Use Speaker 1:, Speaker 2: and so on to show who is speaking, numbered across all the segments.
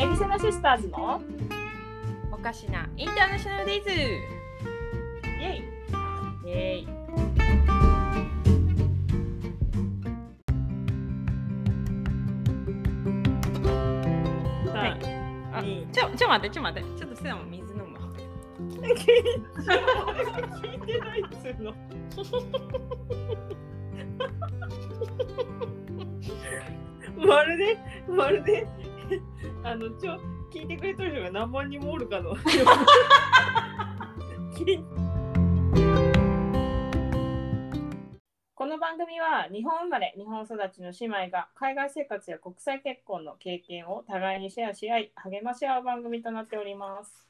Speaker 1: ターズの
Speaker 2: おかしなインターナショナルデイズ
Speaker 1: イエイ
Speaker 2: イエーイ
Speaker 1: 3
Speaker 2: Tá. あ
Speaker 1: いい
Speaker 2: ちょちょ待ってちょ待ってちょっとセナも水飲むわ
Speaker 1: 聞いてないっつうの まるでまるであのちょ聞いてくれてる人が何万人もおるかのき この番組は日本生まれ日本育ちの姉妹が海外生活や国際結婚の経験を互いにシェアし合い励まし合う番組となっております。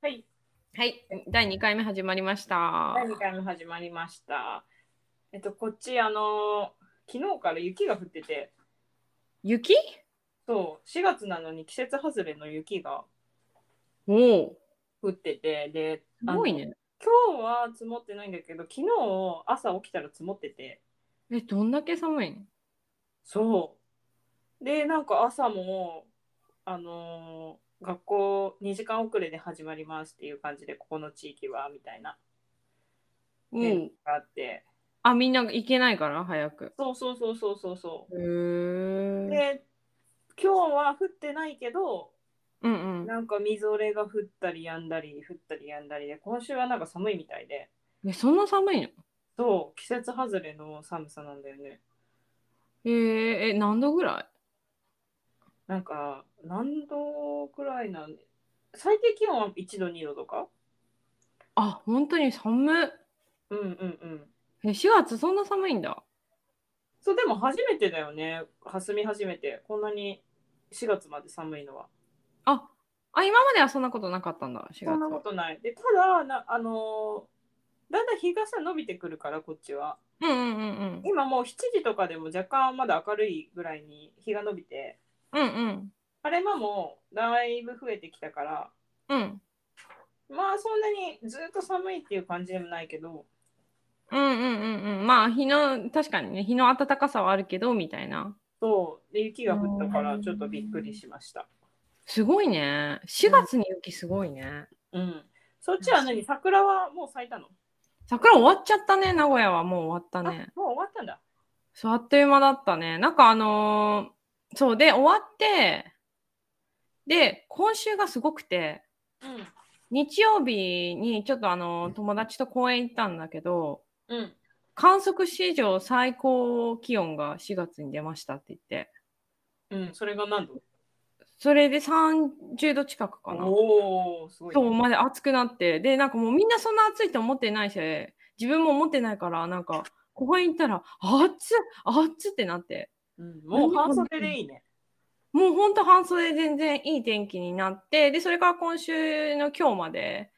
Speaker 1: はい、
Speaker 2: はい第2回目始まりました
Speaker 1: 第2回目始まりました。えっと、こっち、あの昨日から雪が降ってて、
Speaker 2: 雪
Speaker 1: そう、4月なのに季節外れの雪が
Speaker 2: おお
Speaker 1: 降ってて、で、
Speaker 2: す
Speaker 1: あの
Speaker 2: ごい。ね
Speaker 1: 今日は積もってないんだけど、昨日朝起きたら積もってて、
Speaker 2: えどんだけ寒いの
Speaker 1: そう。で、なんか朝も、あのー学校2時間遅れで始まりますっていう感じで、ここの地域は、みたいな、
Speaker 2: お
Speaker 1: 連絡
Speaker 2: お
Speaker 1: があって、
Speaker 2: あみんな行けないから早く
Speaker 1: そうそうそうそうそうそう。
Speaker 2: へえ
Speaker 1: で今日は降ってないけど
Speaker 2: うんうん
Speaker 1: なんかみぞれが降ったりやんだり降ったりやんだりで今週はなんか寒いみたいで
Speaker 2: えそんな寒いの
Speaker 1: そう季節外れの寒さなんだよね
Speaker 2: えー、え何度ぐらい
Speaker 1: なんか何度くらいなん最低気温は1度2度とか
Speaker 2: あ本当に寒い
Speaker 1: うんうんうん
Speaker 2: え4月そんな寒いんだ
Speaker 1: そうでも初めてだよね霞み初めてこんなに4月まで寒いのは
Speaker 2: ああ今まではそんなことなかったんだ4月
Speaker 1: そんな
Speaker 2: は
Speaker 1: ことないでただなあのーだんだん日がさ伸びてくるからこっちは
Speaker 2: うんうんうん
Speaker 1: 今もう7時とかでも若干まだ明るいぐらいに日が伸びて
Speaker 2: うんうん
Speaker 1: 晴れ間もだいぶ増えてきたから
Speaker 2: うん
Speaker 1: まあそんなにずっと寒いっていう感じでもないけど
Speaker 2: うんうんうんうんまあ日の確かにね日の暖かさはあるけどみたいな
Speaker 1: そうで雪が降ったから
Speaker 2: うん
Speaker 1: ちょっとびっくりしました
Speaker 2: すごいね4月に雪すごいね
Speaker 1: うんそっちは何桜はもう咲いたの
Speaker 2: 桜終わっちゃったね名古屋はもう終わった
Speaker 1: あ
Speaker 2: ね
Speaker 1: もう終わったんだ
Speaker 2: そうあっという間だったねなんかあのーそうで終わってで今週がすごくて
Speaker 1: う
Speaker 2: 日曜日にちょっとあの友達と公園行ったんだけど
Speaker 1: んうん
Speaker 2: 観測史上最高気温が4月に出ましたって言って
Speaker 1: うんそれが何度
Speaker 2: それで30度近くかな
Speaker 1: おおすごい
Speaker 2: そうまで暑くなってでなんかもうみんなそんな暑いと思ってないし自分も思ってないからなんかここに行ったら暑っ暑っってなって
Speaker 1: うんもう半袖でいいね
Speaker 2: もうほんと半袖全然いい天気になってでそれから今週の今日まで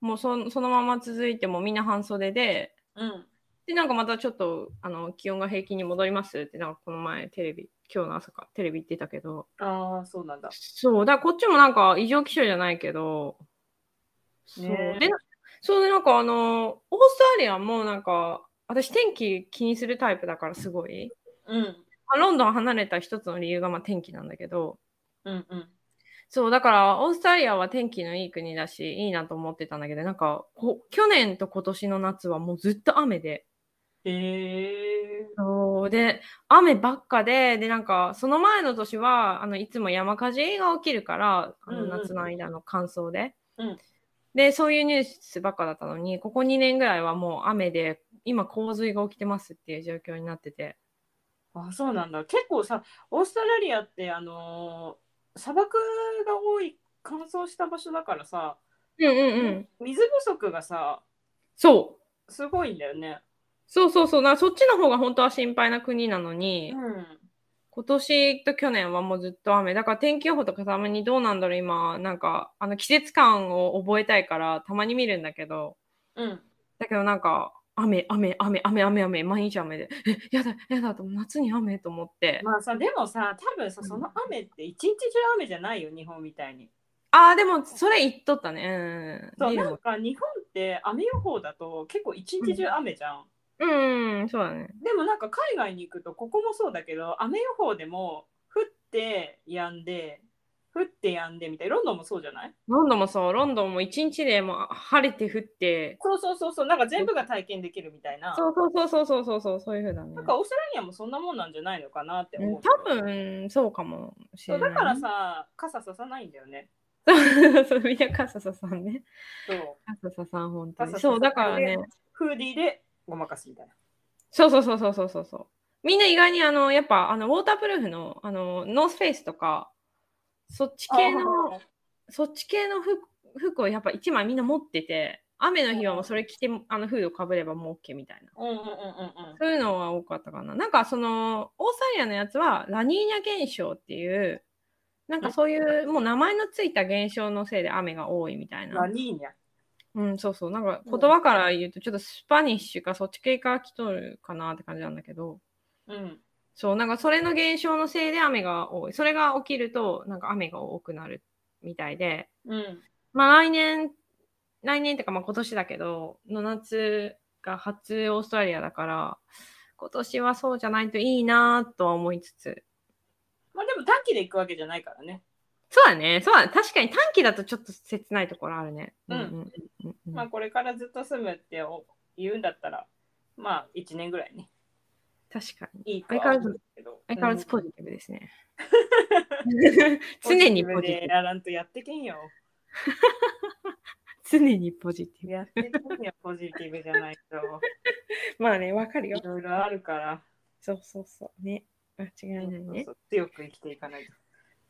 Speaker 2: もうそそのまま続いてもうみんな半袖で
Speaker 1: うん
Speaker 2: で、なんかまたちょっと、あの、気温が平均に戻りますって、なんかこの前テレビ、今日の朝か、テレビ言ってたけど、
Speaker 1: ああそうなんだ
Speaker 2: そう、だからこっちもなんか異常気象じゃないけど、そう、
Speaker 1: ねえ
Speaker 2: で、そうで、なんかあの、オーストラリアもなんか、私天気気にするタイプだからすごい。
Speaker 1: うん
Speaker 2: あロンドン離れた一つの理由がまあ天気なんだけど、
Speaker 1: うんうん
Speaker 2: そう、だからオーストラリアは天気のいい国だし、いいなと思ってたんだけど、なんかこ、去年と今年の夏はもうずっと雨で、
Speaker 1: へえ
Speaker 2: そうで雨ばっかででなんかその前の年はあのいつも山火事が起きるからあ
Speaker 1: うん
Speaker 2: の
Speaker 1: うんうん
Speaker 2: 夏の間の乾燥で、
Speaker 1: うん
Speaker 2: でそういうニュースばっかだったのにここ2年ぐらいはもう雨で今洪水が起きてますっていう状況になってて
Speaker 1: あそうなんだ結構さオーストラリアってあのー砂漠が多い乾燥した場所だからさ、
Speaker 2: うんうん
Speaker 1: 水不足がさ
Speaker 2: そう
Speaker 1: すごいんだよね。
Speaker 2: そうそうそうなそっちの方が本当は心配な国なのに、
Speaker 1: ん、
Speaker 2: 今年と去年はもうずっと雨だから天気予報とかたまにどうなんだろう今なんかあの季節感を覚えたいからたまに見るんだけど
Speaker 1: うん、
Speaker 2: だけどなんか雨雨雨雨雨雨毎日雨でえやだやだと夏に雨と思って、
Speaker 1: まあさでもさ多分さ
Speaker 2: うん
Speaker 1: その雨って一日中雨じゃないよ日本みたいに。
Speaker 2: ああでもそれ言っとったねうん
Speaker 1: そう
Speaker 2: リル
Speaker 1: なん
Speaker 2: も
Speaker 1: か日本って雨予報だと結構一日中雨じゃん。
Speaker 2: うんうんそうだね
Speaker 1: でもなんか海外に行くとここもそうだけど雨予報でも降ってやんで降ってやんでみたいな。ロンドンもそうじゃない
Speaker 2: ロンドンもそう、ロンドンも一日でもう晴れて降って、
Speaker 1: そうそうそうそう。なんか全部が体験できるみたいな。
Speaker 2: そうそうそうそうそうそう、そういうふうだね。
Speaker 1: なんかオーストラリアもそんなもんなんじゃないのかなって
Speaker 2: うん
Speaker 1: 思う
Speaker 2: 多
Speaker 1: けど。
Speaker 2: 分そうかもし
Speaker 1: そ
Speaker 2: れ
Speaker 1: う
Speaker 2: な
Speaker 1: だ
Speaker 2: いね。
Speaker 1: からさ、傘ささないんだよね。
Speaker 2: そう、みんなカササさんね。
Speaker 1: そう。
Speaker 2: カササさん、本当
Speaker 1: 傘
Speaker 2: に。
Speaker 1: ささ
Speaker 2: そう、だからね
Speaker 1: で。フーディーでごまかすみたいな。
Speaker 2: そうそうそうそうそうそうそう。みんな意外にあのやっぱあのウォータープルーフのあのノースフェイスとかそっち系のそっち系の服服をやっぱ一枚みんな持ってて雨の日はもうそれ着てあのフードかぶればもう OK みたいな
Speaker 1: うんうんうんうんうん。
Speaker 2: そういうのは多かったかななんかそのオーストラリアのやつはラニーニャ現象っていうなんかそういうもう名前のついた現象のせいで雨が多いみたいな
Speaker 1: ラニーニャ。
Speaker 2: うん、そうそう。なんか
Speaker 1: うん
Speaker 2: 言葉から言うと、ちょっとスパニッシュかそっち系から来とるかなって感じなんだけど、
Speaker 1: うん。
Speaker 2: そう、なんかそれの現象のせいで雨が多い。それが起きると、なんか雨が多くなるみたいで、
Speaker 1: うん。
Speaker 2: まあ来年、来年ってかまあ今年だけど、の夏が初オーストラリアだから、今年はそうじゃないといいなぁとは思いつつ。
Speaker 1: まあでも短期で行くわけじゃないからね。
Speaker 2: そうだね。そうだ、確かに短期だとちょっと切ないところあるね。
Speaker 1: うん
Speaker 2: んうんうん
Speaker 1: まあこれからずっと住むって言うんだったら、まあ1年ぐらいね。
Speaker 2: 確かに。
Speaker 1: いいとは思うんですけど。
Speaker 2: 相変わらず
Speaker 1: うん
Speaker 2: ポジティブですね。 常にポ ジ
Speaker 1: ポジティブ
Speaker 2: ティ
Speaker 1: でやらんとやってけんよ。
Speaker 2: ブ。常にポジティ
Speaker 1: やってけんよ、ポジティブじゃないと。
Speaker 2: ブ。まあね、わかる
Speaker 1: い。ろいろあるから、
Speaker 2: そうそうそう。ね。間違いない
Speaker 1: そう
Speaker 2: ね
Speaker 1: そ。う強く生きていかないと。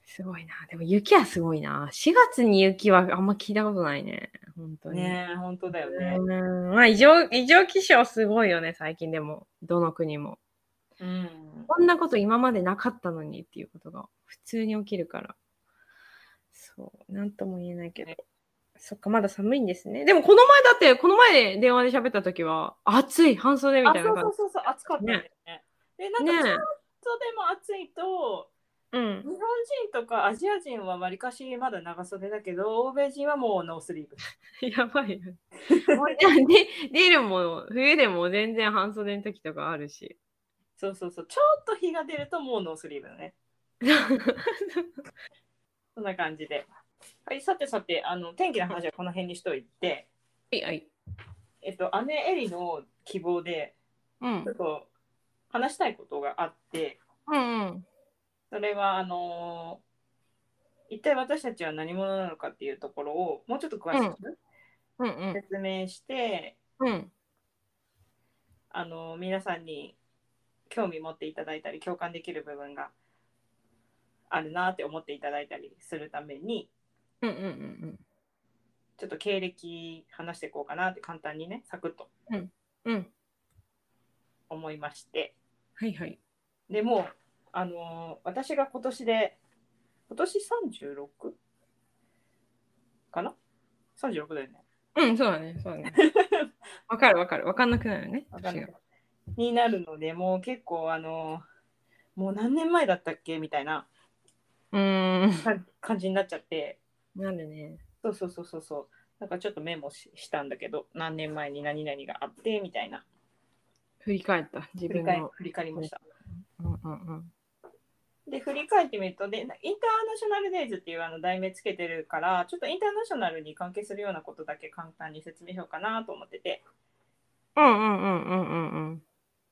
Speaker 2: すごいな。でも雪はすごいな。4月に雪はあんま聞いたことないね。本当に。
Speaker 1: ねえ、本当だよね。
Speaker 2: うんまあ異常、異常気象すごいよね、最近でも。どの国も。
Speaker 1: うん。
Speaker 2: こんなこと今までなかったのにっていうことが普通に起きるから。そう、なんとも言えないけど
Speaker 1: ね。
Speaker 2: そっか、まだ寒いんですね。でもこの前だって、この前電話で喋った時は、暑い、半袖み
Speaker 1: あ、
Speaker 2: たい
Speaker 1: そ
Speaker 2: な
Speaker 1: うそ
Speaker 2: 感
Speaker 1: うそうそう、暑かったんだよね。で、な
Speaker 2: じ。
Speaker 1: ん
Speaker 2: ね
Speaker 1: か
Speaker 2: え
Speaker 1: ちょっとでも暑いと、
Speaker 2: うん
Speaker 1: 日。本人とかアジア人はわりかしまだ長袖だけど、欧米人はもうノースリーブ。
Speaker 2: やばいよ。で、出るも、冬でも全然半袖の時とかあるし。
Speaker 1: そうそうそう、ちょっと日が出るともうノースリーブだね。そんな感じで。はい、さてさて、あの天気の話はこの辺にしといて、
Speaker 2: はいはい。
Speaker 1: えっと、姉エリの希望で、
Speaker 2: うん
Speaker 1: ちょ。っと話したいことがあって、
Speaker 2: うんうん。
Speaker 1: それは、あのー一体私たちは何者なのかっていうところを、もうちょっと詳しく
Speaker 2: うんうん。
Speaker 1: 説明して、
Speaker 2: うん。
Speaker 1: あのー皆さんに興味持っていただいたり、共感できる部分があるなって思っていただいたりするために、
Speaker 2: うんうんうん
Speaker 1: ちょっと経歴話していこうかなって簡単にね、サクッと
Speaker 2: うん。うん。
Speaker 1: 思いまして。
Speaker 2: はいはい。
Speaker 1: でもう、あのー私が今年で、今年 36? かな ?36 だよね。
Speaker 2: うん、そうだね、そうだ ね。わかるわかる。わかんなくなるよね。
Speaker 1: わかんない
Speaker 2: 年が
Speaker 1: になるので、もう結構、あのーもう何年前だったっけみたいな
Speaker 2: うーん。
Speaker 1: 感感じになっちゃって、
Speaker 2: なるね。
Speaker 1: そうそうそうそうそう。なんかちょっとメモししたんだけど、何年前に何々があって、みたいな。
Speaker 2: 振り返った、自
Speaker 1: 振り
Speaker 2: 分
Speaker 1: 返
Speaker 2: の。
Speaker 1: 振り返りました。
Speaker 2: うんうん
Speaker 1: で振り返ってみるとでインターナショナルデイズっていうあの題名つけてるからちょっとインターナショナルに関係するようなことだけ簡単に説明しようかなと思ってて
Speaker 2: うん。うんうんうんうんうんうん。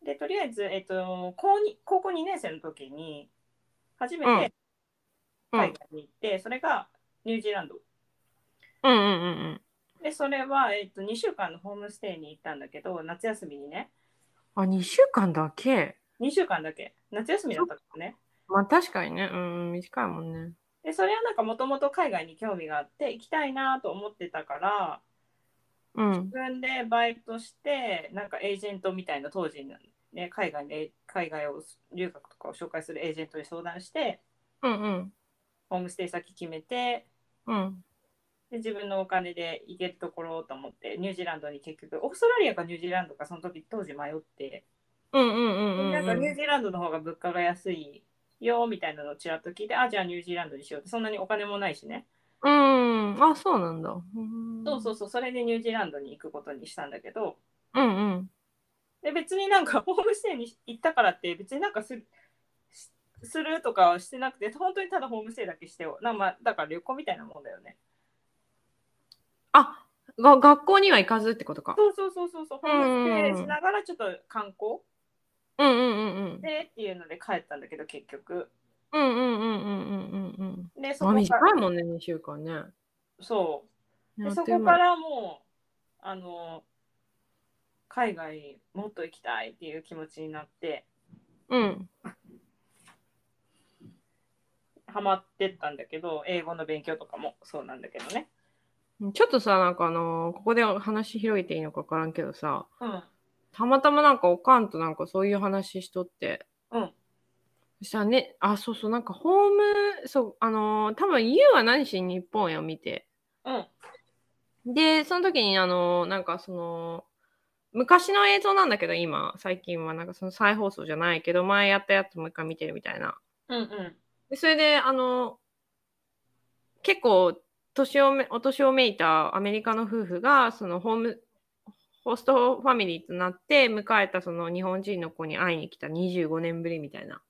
Speaker 1: でとりあえず、えっと、高に高校2年生の時に初め
Speaker 2: うん
Speaker 1: て
Speaker 2: うん
Speaker 1: 海外に行って、それがニュージーランド
Speaker 2: うんうんうん
Speaker 1: でそれは、えっと、2週間のホームステイに行ったんだけど夏休みにね
Speaker 2: うん。あ、二週間だけ。
Speaker 1: 2週間だけ夏休みだったからね
Speaker 2: まあ確かにね、うん、短いもんね。
Speaker 1: でそれはなんかもともと海外に興味があって行きたいなと思ってたから
Speaker 2: うん。
Speaker 1: 自分でバイトしてなんかエージェントみたいな当時の、ね、海外で海外を留学とかを紹介するエージェントに相談して
Speaker 2: うんうん。
Speaker 1: ホームステイ先決めて
Speaker 2: うん。
Speaker 1: で自分のお金で行けるところと思ってニュージーランドに結局オーストラリアかニュージーランドかその時当時迷って、
Speaker 2: うんうんうんうん。
Speaker 1: なんかニュージーランドの方が物価が安いよみたいなのをちらっと聞いてあじゃあニュージーランドにしようってそんなにお金もないしね、
Speaker 2: うん。あ、そうなんだ。。
Speaker 1: そうそううそうそれでニュージーランドに行くことにしたんだけど、
Speaker 2: うんうん。
Speaker 1: で別になんかホームステイに行ったからって別になんかすするとかはしてなくて、本当にただホームステイだけしてよ。なまあ、だから旅行みたいなもんだよね。
Speaker 2: あが学校には行かずってことか。
Speaker 1: そうそうそうそうそう、ホ
Speaker 2: うんうんうん
Speaker 1: ームステイしながらちょっと観光
Speaker 2: うんうんうんうん。
Speaker 1: でっていうので帰ったんだけど、結局。
Speaker 2: うんうんうんうんうんうんうん。
Speaker 1: で、そ
Speaker 2: まあ、
Speaker 1: こか
Speaker 2: 短
Speaker 1: ら、
Speaker 2: いもんね、2週間ね。
Speaker 1: そう。で
Speaker 2: あっ
Speaker 1: そ
Speaker 2: という
Speaker 1: こ
Speaker 2: 間
Speaker 1: か。らもうあの海外もっと行きたいっていう気持ちになって
Speaker 2: うん。
Speaker 1: ハマってったんだけど英語の勉強とかもそうなんだけどね。
Speaker 2: ちょっとさ、なんかあのーここで話広げていいのか分からんけどさ、
Speaker 1: うん、
Speaker 2: たまたまなんかおかんとなんかそういう話しとって、
Speaker 1: うん、
Speaker 2: そしたらね、あ、そうそう、なんかホーム、そう、あのー多分 YOU は何しに日本へを見て、
Speaker 1: うん、
Speaker 2: で、その時にあのーなんかその、昔の映像なんだけど、今、最近はなんかその再放送じゃないけど、前やったやつもう一回見てるみたいな。
Speaker 1: うん、うん。
Speaker 2: でそれであの結構年をめお年をめいたアメリカの夫婦がそのホームホストファミリーとなって迎えたその日本人の子に会いに来た25年ぶりみたいな。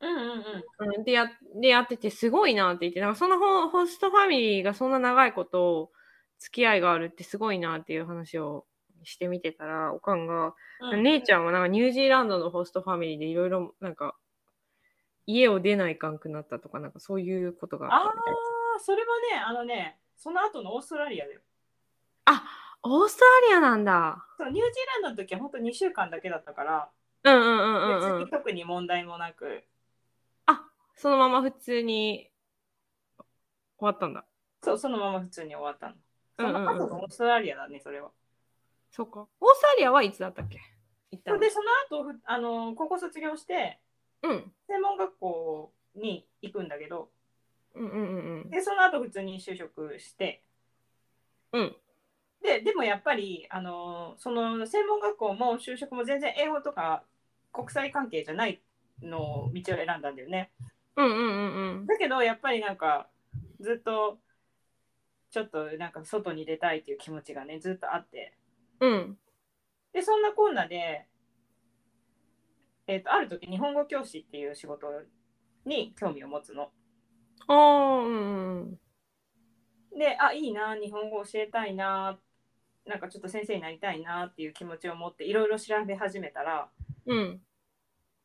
Speaker 1: うんうんうん
Speaker 2: うんでやでやっててすごいなって言ってなんかそのホホストファミリーがそんな長いこと付き合いがあるってすごいなっていう話をしてみてたらおかんが
Speaker 1: うん
Speaker 2: 姉ちゃんはなんかニュージーランドのホストファミリーでいろいろなんか家を出ないかんくなったとかなんかそういうことがあっ
Speaker 1: あ
Speaker 2: たみたい
Speaker 1: あそれはねあのねその後のオーストラリアだよ
Speaker 2: あオーストラリアなんだ
Speaker 1: そうニュージーランドの時は本当2週間だけだったから
Speaker 2: うんうんうん
Speaker 1: 別
Speaker 2: うんう
Speaker 1: に
Speaker 2: ん
Speaker 1: 特に問題もなく、
Speaker 2: あそのまま普通に終わったんだ
Speaker 1: そうそのまま普通に終わったの。
Speaker 2: う
Speaker 1: そ
Speaker 2: んうん
Speaker 1: の後の
Speaker 2: うん
Speaker 1: オーストラリアだねそれは。
Speaker 2: そうかオーストラリアはいつだったっけ行ったの
Speaker 1: でその後ふあの高校卒業して
Speaker 2: うん
Speaker 1: 専門学校に行くんだけど
Speaker 2: うんうんうん
Speaker 1: でその後普通に就職して
Speaker 2: うんうん
Speaker 1: ででもやっぱりあのその専門学校も就職も全然英語とか国際関係じゃないの道を選んだんだよね
Speaker 2: うんうんうんうん
Speaker 1: だけどやっぱりなんかずっとちょっとなんか外に出たいっていう気持ちがねずっとあって
Speaker 2: うん
Speaker 1: でそんなこんなで、えっとある時日本語教師っていう仕事に興味を持つの。
Speaker 2: あーうんうん
Speaker 1: で、あ、いいな、日本語教えたいな、なんかちょっと先生になりたいなっていう気持ちを持っていろいろ調べ始めたら、
Speaker 2: うん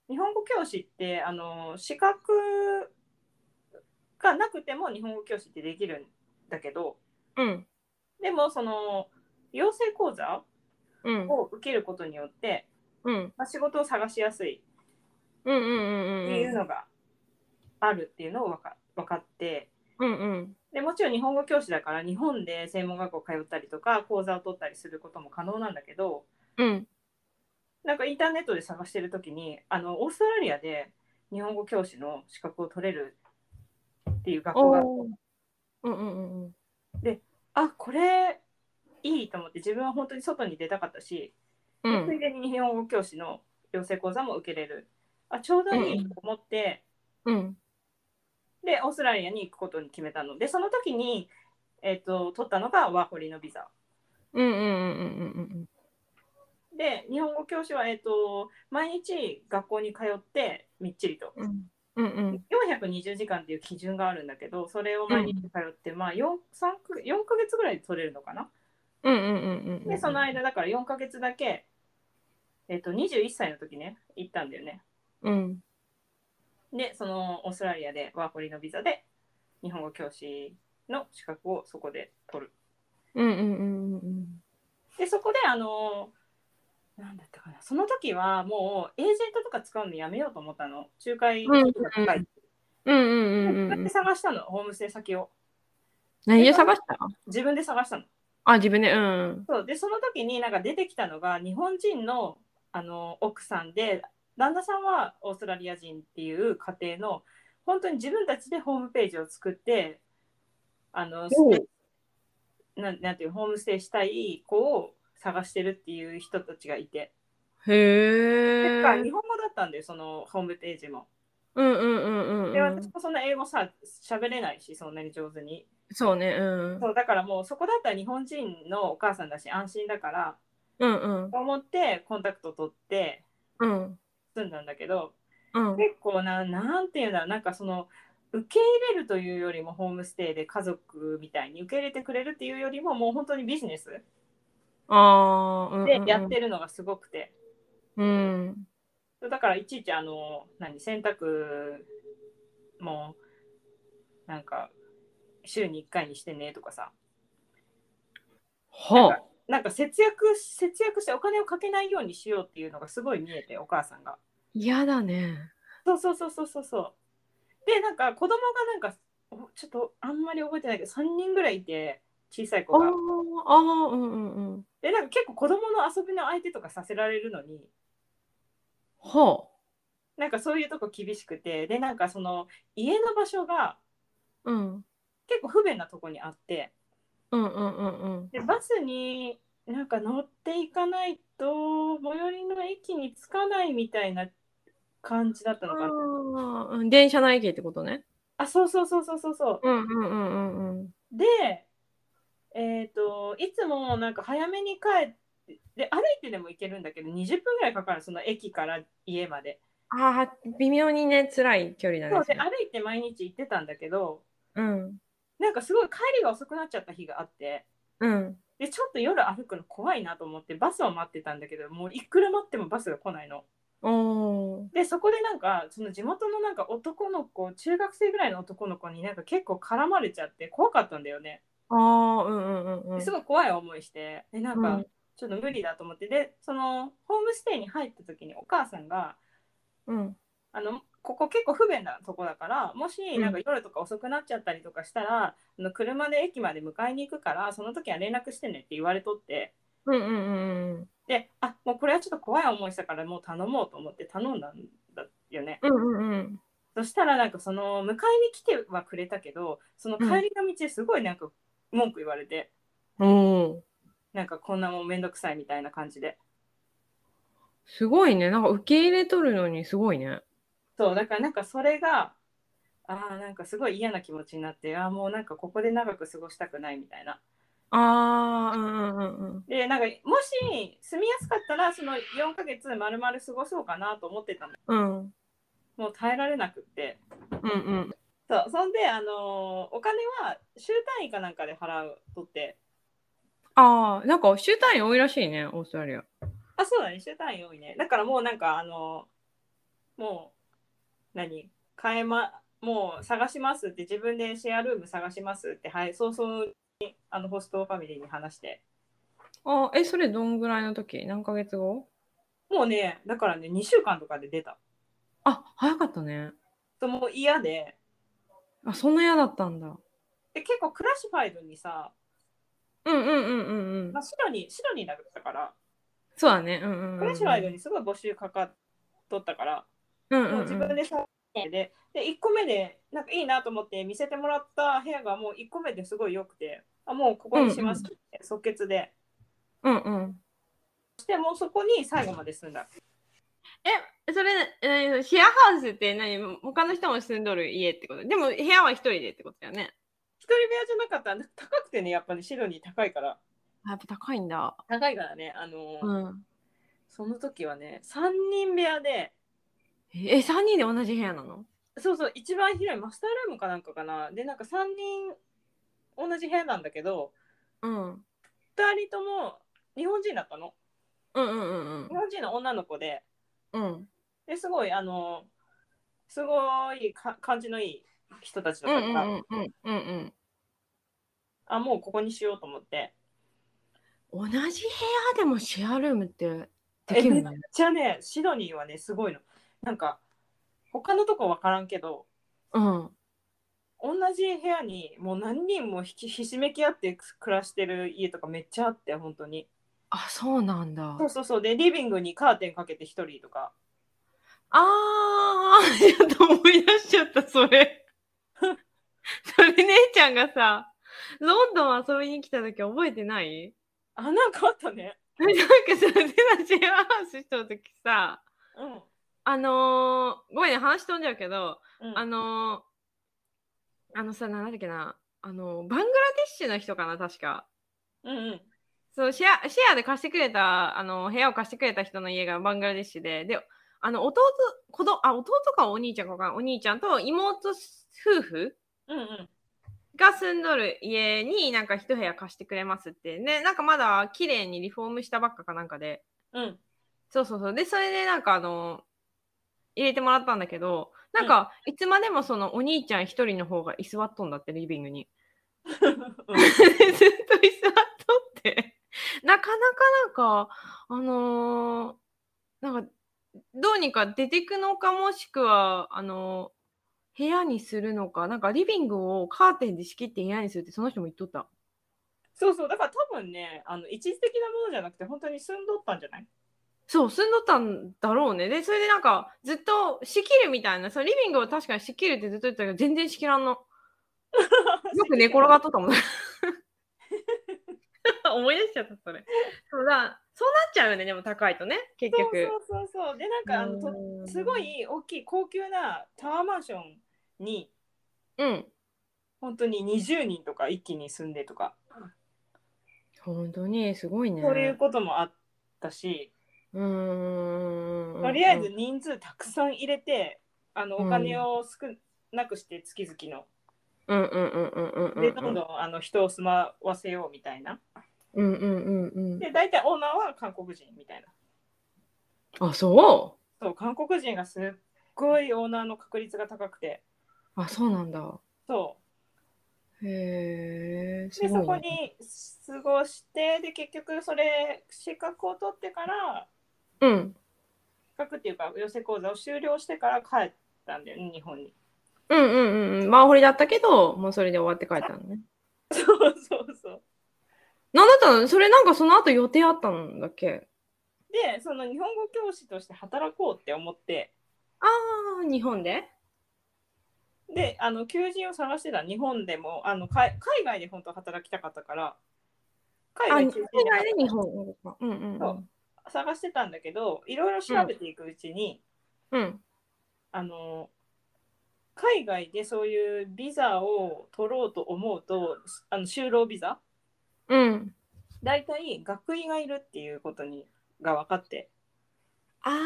Speaker 1: 日本語教師って、あの、資格がなくても日本語教師ってできるんだけど、
Speaker 2: うん
Speaker 1: でも、その、養成講座
Speaker 2: うん
Speaker 1: を受けることによって、
Speaker 2: うん
Speaker 1: まあ、仕事を探しやすい
Speaker 2: うんうんうん
Speaker 1: っ
Speaker 2: う
Speaker 1: ていうんのがあるっていうのを分か分かって、
Speaker 2: うんうん
Speaker 1: でもちろん日本語教師だから日本で専門学校通ったりとか講座を取ったりすることも可能なんだけど、
Speaker 2: うん
Speaker 1: なんかインターネットで探してるときにあのオーストラリアで日本語教師の資格を取れるっていう学校が
Speaker 2: おーうんうんうんうん
Speaker 1: あこれいいと思って自分は本当に外に出たかったし、
Speaker 2: う
Speaker 1: つ
Speaker 2: ん
Speaker 1: いでに日本語教師の養成講座も受けれるあちょうどいいと思って、
Speaker 2: うん
Speaker 1: でオーストラリアに行くことに決めたのでその時に、えっと取ったのがワーホリのビザ
Speaker 2: うんうんうんうん
Speaker 1: で日本語教師は、えっと毎日学校に通ってみっちりと
Speaker 2: うんうんうんうん
Speaker 1: 420時間っていう基準があるんだけどそれを毎日通って、まあ 4, 三か4ヶ月ぐらいで取れるのかな、
Speaker 2: うんうんうんうん
Speaker 1: でその間だから4ヶ月だけ、えっと21歳の時ね行ったんだよね
Speaker 2: うん
Speaker 1: でそのオーストラリアでワーホリのビザで日本語教師の資格をそこで取る
Speaker 2: うんうんうんうん
Speaker 1: でそこであのなんだったかなその時はもうエージェントとか使うのやめようと思ったの仲介とか使い、
Speaker 2: うんうんうんうん
Speaker 1: 自
Speaker 2: う
Speaker 1: 分
Speaker 2: ん
Speaker 1: で探したのホームステイ先を
Speaker 2: 何で探した
Speaker 1: 自分で探したの
Speaker 2: あ自分でうん
Speaker 1: そうでその時になんか出てきたのが日本人のあの奥さんで旦那さんはオーストラリア人っていう家庭の本当に自分たちでホームページを作ってあの
Speaker 2: おう
Speaker 1: なんなんていうホームステイしたい子を探してるっていう人たちがいて、
Speaker 2: へ
Speaker 1: て
Speaker 2: え
Speaker 1: か日本語だったんだよそのホームページも。
Speaker 2: うんうんうんうん
Speaker 1: で
Speaker 2: うん
Speaker 1: 私もそんな英語さ喋れないしそんなに上手に
Speaker 2: そうねうん
Speaker 1: そうだからもうそこだったら日本人のお母さんだし安心だから
Speaker 2: うんうん
Speaker 1: と思ってコンタクト取って
Speaker 2: うん
Speaker 1: 住んだんだけど
Speaker 2: うん。
Speaker 1: 結構な、なんていうんだろう、なんかその、受け入れるというよりも、ホームステイで家族みたいに受け入れてくれるっていうよりも、もう本当にビジネス
Speaker 2: ああ、うんうん
Speaker 1: で
Speaker 2: うん。
Speaker 1: やってるのがすごくて、
Speaker 2: うん。
Speaker 1: だからいちいち、あの、何、洗濯も、なんか、週に1回にしてねとかさ、
Speaker 2: ほう。
Speaker 1: なんか節約、節約してお金をかけないようにしようっていうのがすごい見えて、お母さんが。
Speaker 2: 嫌だね。
Speaker 1: そうそうそうそうそうそう。でなんか子供がなんかおちょっとあんまり覚えてないけど3人ぐらいいて小さい
Speaker 2: あ
Speaker 1: 子
Speaker 2: あ
Speaker 1: が。、
Speaker 2: ああ、うんうんうん。
Speaker 1: でなんか結構子供の遊びの相手とかさせられるのに
Speaker 2: ほ
Speaker 1: なんかそういうとこ厳しくてでなんかその家の場所が
Speaker 2: う。うん。
Speaker 1: 結構不便なとこにあって
Speaker 2: うんうんうんうん。
Speaker 1: でバスになんか乗っていかないと最寄りの駅に着かないみたいな感じだったのかな。
Speaker 2: ああ、うん電車内駅ってことね。
Speaker 1: あそうそうそうそうそうそう。
Speaker 2: うんうんうんうんうん。
Speaker 1: で、えっといつもなんか早めに帰ってで歩いてでも行けるんだけど20分ぐらいかかるその駅から家まで。
Speaker 2: ああ、微妙にね、辛い距離だね。
Speaker 1: そうで
Speaker 2: れ
Speaker 1: 歩いて毎日行ってたんだけど
Speaker 2: うん。
Speaker 1: なんかすごい帰りが遅くなっちゃった日があって
Speaker 2: うん。
Speaker 1: でちょっと夜歩くの怖いなと思ってバスを待ってたんだけどもういくら待ってもバスが来ないの。
Speaker 2: おー。
Speaker 1: でそこでなんかその地元のなんか男の子中学生ぐらいの男の子になんか結構絡まれちゃって怖かったんだよね。
Speaker 2: ああ、うんうんうんうん。
Speaker 1: すごい怖い思いしてでなん
Speaker 2: う
Speaker 1: か
Speaker 2: ん
Speaker 1: ちょっと無理だと思ってでそのホームステイに入った時にお母さんが
Speaker 2: うん。
Speaker 1: あのここ結構不便なとこだからもし
Speaker 2: ん
Speaker 1: なんか夜とか遅くなっちゃったりとかしたら、あの車で駅まで迎えに行くからその時は連絡してねって言われとって
Speaker 2: うんうんうんうん。
Speaker 1: であもうこれはちょっと怖い思いしたからもう頼もうと思って頼んだんだよね。
Speaker 2: うんうんうん。
Speaker 1: そしたらなんかその迎えに来てはくれたけどその帰りの道ですごいなんか文句言われて、
Speaker 2: おー。
Speaker 1: なんかこんなもんめんどくさいみたいな感じで。
Speaker 2: すごいね。なんか受け入れとるのにすごいね。
Speaker 1: そうだからなんかそれがああなんかすごい嫌な気持ちになってああもうなんかここで長く過ごしたくないみたいな。
Speaker 2: ああ、うんうんうんうん。
Speaker 1: でなんかもし住みやすかったらその4ヶ月まるまる過ごそうかなと思ってたの
Speaker 2: うん。
Speaker 1: もう耐えられなくって
Speaker 2: うんうん。
Speaker 1: そうそんで、あのーお金は週単位かなんかで払うとって
Speaker 2: ああ、なんか州単位多いらしいね、オーストラリア。
Speaker 1: あそうだね週単位多いねだからもうなんかあのーもう何買えまもう探しますって自分でシェアルーム探しますってはい早々にあのホストファミリーに話して
Speaker 2: ああ、え、それどんぐらいの時何ヶ月後
Speaker 1: もうね、だからね、2週間とかで出た。
Speaker 2: あ、早かったね。
Speaker 1: ともう嫌で
Speaker 2: あ、そんな嫌だったんだ。
Speaker 1: で、結構クラッシュファイルにさ、
Speaker 2: うんうんうんうんうん
Speaker 1: ま。あ、シドニー、シドニーだったから、
Speaker 2: そうだね。うんうんうんうん。
Speaker 1: クラッシュファイルにすごい募集かかっとったから、
Speaker 2: うんうん
Speaker 1: もう
Speaker 2: うん。
Speaker 1: 自分でさ、で、で、1個目で、なんかいいなと思って見せてもらった部屋がもう1個目ですごい良くて、あもうここにしますって、即決で。
Speaker 2: うんうん。
Speaker 1: そして、もうそこに最後まで住んだ。
Speaker 2: それ、えーシェアハウスって何他の人も住んどる家ってことでも部屋は一人でってことだよね。
Speaker 1: 一人部屋じゃなかったら、高くてね、やっぱり、ね、シドニー高いから。
Speaker 2: あやっぱ高いんだ。
Speaker 1: 高いからね、あのー
Speaker 2: うん。
Speaker 1: その時はね、3人部屋で、
Speaker 2: え、3人で同じ部屋なの
Speaker 1: そうそう一番広いマスタールームかなんかかなでなんか3人同じ部屋なんだけど
Speaker 2: うん。うん
Speaker 1: 2人とも日本人だったの
Speaker 2: うんうんうん
Speaker 1: 日本人の女の子で
Speaker 2: うん。
Speaker 1: ですごいあのすごいか感じのいい人たちだ
Speaker 2: う
Speaker 1: っ
Speaker 2: ん
Speaker 1: た
Speaker 2: う
Speaker 1: から、
Speaker 2: んうんうんうんうん。
Speaker 1: あもうここにしようと思って
Speaker 2: 同じ部屋でもシェアルームってできるんだね。
Speaker 1: じゃあねシドニーはねすごいのなんか他のとこ分からんけど
Speaker 2: うん。
Speaker 1: 同じ部屋にもう何人もひきひしめき合って暮らしてる家とかめっちゃあって本当に
Speaker 2: あ、そうなんだ。
Speaker 1: そうそうそうでリビングにカーテンかけて1人とか
Speaker 2: あー、 ちょっと思い出しちゃった、それ。 それ姉ちゃんがさ、ロンドン遊びに来た時覚えてない
Speaker 1: あなんかあったね
Speaker 2: なんかさ、ゼナシェアハウスした時さ、
Speaker 1: うん
Speaker 2: あのー、ごめんね、話飛んじゃうけど、
Speaker 1: うん
Speaker 2: あのー、あのさ、なんだっけな、あのー、バングラデシュの人かな、確か。
Speaker 1: うんうん
Speaker 2: そう、シェア、シェアで貸してくれた、あのー、部屋を貸してくれた人の家がバングラデシュで、で、あの、弟、子ど、あ、弟かお兄ちゃんかわかんお兄ちゃんと妹夫婦
Speaker 1: うんうん。
Speaker 2: が住んどる家になんか一部屋貸してくれますって。ね、なんかまだ綺麗にリフォームしたばっかかなんかで。
Speaker 1: うん。
Speaker 2: そうそうそう。で、それでなんかあの、入れてもらったんだけど、なんか、いつまでもそのお兄ちゃん一人の方が居座っとんだって、リビングに。 ずっと居座っとって、なかなかなんか、あのーなんか、どうにか出てくのかもしくは、あのー部屋にするのか、なんかリビングをカーテンで仕切って部屋にするってその人も言っとった。
Speaker 1: そうそう、だから多分ね、あの一時的なものじゃなくて、本当に住んどったんじゃない
Speaker 2: そう、住んどったんだろうね。で、それでなんか、ずっと仕切るみたいな、そのリビングを確かに仕切るってずっと言ってたけど、全然仕切ら んの。よく寝転がっとったもんね。 思い出しちゃった、それ。そうだ、そうなっちゃうよね、でも高いとね、結
Speaker 1: そう
Speaker 2: 局。
Speaker 1: そうそうそう。で、なんかあのと
Speaker 2: うーん
Speaker 1: すご。い大きい高級なタワーマンションに、
Speaker 2: うん。
Speaker 1: 本当に20人とか一気に住んでとか、
Speaker 2: 本当にすごいね。
Speaker 1: そういうこともあったし、
Speaker 2: うーん。
Speaker 1: とりあえず人数たくさん入れて、あのお金を少なくして月々の、
Speaker 2: うんうんうんうんうんうん。
Speaker 1: で、どんどんあの人を住まわせようみたいな。
Speaker 2: うんうんうんうん。
Speaker 1: で、大体オーナーは韓国人みたいな。
Speaker 2: あ、そ
Speaker 1: そう、韓国人がすっごいオーナーの確率が高くて、
Speaker 2: うあ、そうなんだ。
Speaker 1: そう。
Speaker 2: へえ。す
Speaker 1: で、
Speaker 2: ご
Speaker 1: そ
Speaker 2: い
Speaker 1: こ
Speaker 2: ね
Speaker 1: に過ごしてで結局それ資格を取ってから
Speaker 2: うん。
Speaker 1: 資格っていうか養成講座を終了してから帰ったんだよね日本 に。
Speaker 2: うんうんうんうん。マーホリだったけど、もうそれで終わって帰ったのね。
Speaker 1: そうそうそう。
Speaker 2: なんだったのそれなんかその後予定あったんだっけ
Speaker 1: でその日本語教師として働こうって思って
Speaker 2: ああ、日本で
Speaker 1: であの求人を探してた日本でもあの海海外で本当は働きたかったから海
Speaker 2: あ、
Speaker 1: 外中
Speaker 2: 海
Speaker 1: 心で
Speaker 2: 外で日
Speaker 1: 働
Speaker 2: 本語か。うんうんう
Speaker 1: そ
Speaker 2: ん
Speaker 1: う。探してたんだけどいろいろ調べていくうちに、
Speaker 2: うん。
Speaker 1: あの海外でそういうビザを取ろうと思うとあの就労ビザ
Speaker 2: うん。
Speaker 1: 大体学位がいるっていうことにが分かって、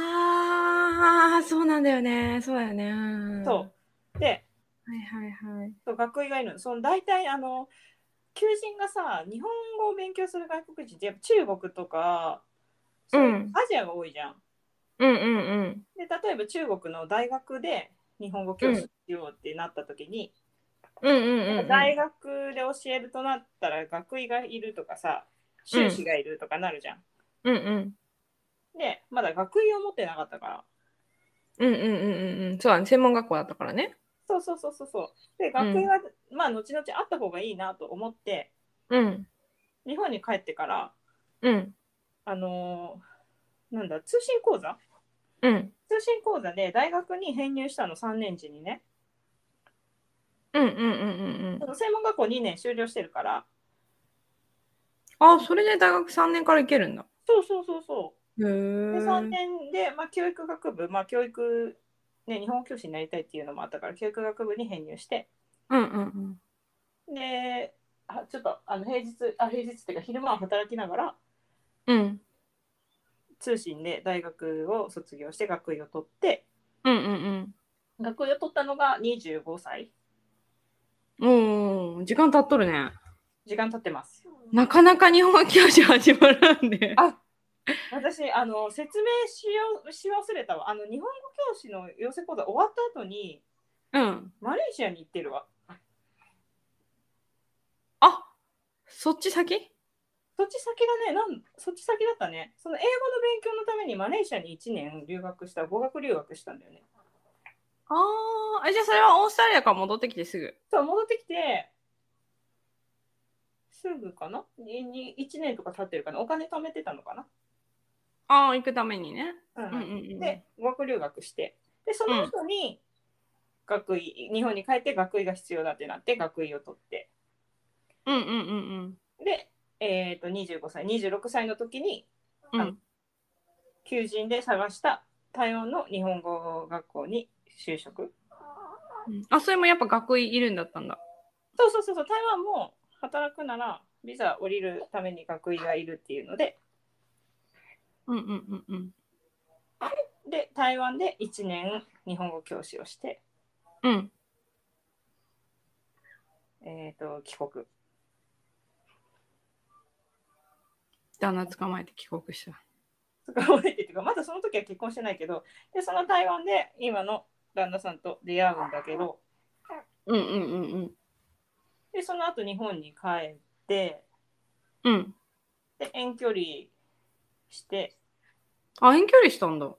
Speaker 2: ああ、そうなんだよね。そうだよね。ん
Speaker 1: そうで
Speaker 2: はいはいはい。
Speaker 1: そう学位がいるのその大体あの求人がさ日本語を勉強する外国人ってやっぱ中国とかそういう
Speaker 2: うん
Speaker 1: アジアが多いじゃん。
Speaker 2: うんうん
Speaker 1: で例えば中国の大学で日本語教師しようってなった時に、
Speaker 2: うん。うんうんうんうん。
Speaker 1: 大学で教えるとなったら学位がいるとかさ修士がいるとかなるじゃん。
Speaker 2: うんうん。
Speaker 1: でまだ学位を持ってなかったから
Speaker 2: うんうんうんうんうん。そうだね。専門学校だったからね。
Speaker 1: そうそうそうそうそうで学位は、まあ後々あった方がいいなと思って
Speaker 2: うん。
Speaker 1: 日本に帰ってから
Speaker 2: うん。
Speaker 1: あのーなんだ通信講座
Speaker 2: うん。
Speaker 1: 通信講座で大学に編入したの3年時にね
Speaker 2: うんうんうんうんうん
Speaker 1: そ。の専門学校2年修了してるから
Speaker 2: あ、それで大学3年から行けるんだ。
Speaker 1: そうそうそうそ
Speaker 2: へえ。
Speaker 1: うで3年で、まあ、教育学部まあ教育ね日本語教師になりたいっていうのもあったから教育学部に編入して
Speaker 2: うんうんうん。
Speaker 1: であちょっとあの平日あ平日っていうか昼間は働きながら
Speaker 2: うん。
Speaker 1: 通信で大学を卒業して学位を取って
Speaker 2: うんうん
Speaker 1: 学位を取ったのが25歳
Speaker 2: うん。おー、時間経っとるね。
Speaker 1: 時間経ってます
Speaker 2: なかなか日本教師始まらんで。
Speaker 1: あ私あの説明しようし忘れたわあの日本語教師の養成講座終わった後に
Speaker 2: うん。
Speaker 1: マレーシアに行ってるわ
Speaker 2: あ、そっち先
Speaker 1: そっち先だねなんそっち先だったねその英語の勉強のためにマレーシアに1年留学した語学留学したんだよね
Speaker 2: あーあ、じゃあそれはオーストラリアから戻ってきてすぐ。
Speaker 1: そう戻ってきてすぐかなにに1年とか経ってるかなお金貯めてたのかな
Speaker 2: ああ、行くためにね。
Speaker 1: うん
Speaker 2: うんうんうん。
Speaker 1: で語学留学してでその後に学位、日本に帰って学位が必要だってなって学位を取って
Speaker 2: うんうんうん
Speaker 1: で、えー、と25歳26歳の時に
Speaker 2: うん。う
Speaker 1: あの
Speaker 2: ん
Speaker 1: 求人で探した台湾の日本語学校に就職
Speaker 2: うんあ、それもやっぱ学位いるんだったんだ。
Speaker 1: そうそうそうそう台湾も働くならビザ降りるために学位がいるっていうので
Speaker 2: うんうんうんうん。
Speaker 1: で台湾で1年日本語教師をして、
Speaker 2: うん。
Speaker 1: えー、と帰国
Speaker 2: 旦那捕まえて帰国した。
Speaker 1: そこ覚えてっていうかまだその時は結婚してないけどでその台湾で今の旦那さんと出会うんだけど
Speaker 2: うんうんうんうん。
Speaker 1: でその後日本に帰って
Speaker 2: うん。
Speaker 1: で遠距離して
Speaker 2: あ、遠距離したんだ。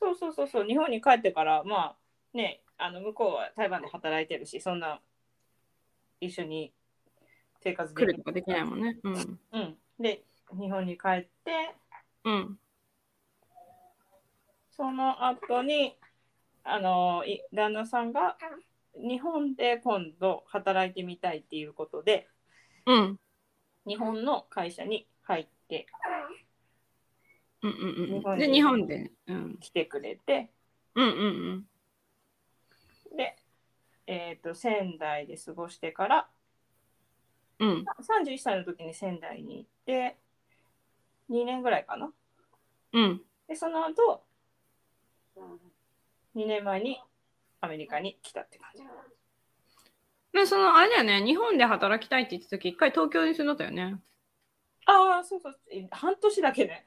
Speaker 1: そうそうそうそう日本に帰ってからまあねあの向こうは台湾で働いてるしそんな一緒に生活で
Speaker 2: 来
Speaker 1: き
Speaker 2: るとかできないもんね。うん。
Speaker 1: うん、で日本に帰って
Speaker 2: うん。
Speaker 1: その後にあのい旦那さんが日本で今度働いてみたいっていうことで
Speaker 2: うん。
Speaker 1: 日本の会社に入って
Speaker 2: うんうん
Speaker 1: 日
Speaker 2: う
Speaker 1: 本
Speaker 2: ん。
Speaker 1: に
Speaker 2: で、日本で。うん。
Speaker 1: きてくれて
Speaker 2: うんうんうん。
Speaker 1: で、えー、と仙台で過ごしてから
Speaker 2: うん。
Speaker 1: 31歳の時に仙台に行って2年ぐらいかな
Speaker 2: うん。
Speaker 1: でその後2年前にアメリカに来たって感じ
Speaker 2: で、その、あれだよね。日本で働きたいって言った時、一回東京に住んだったよね。
Speaker 1: ああそうそうえ半年だけね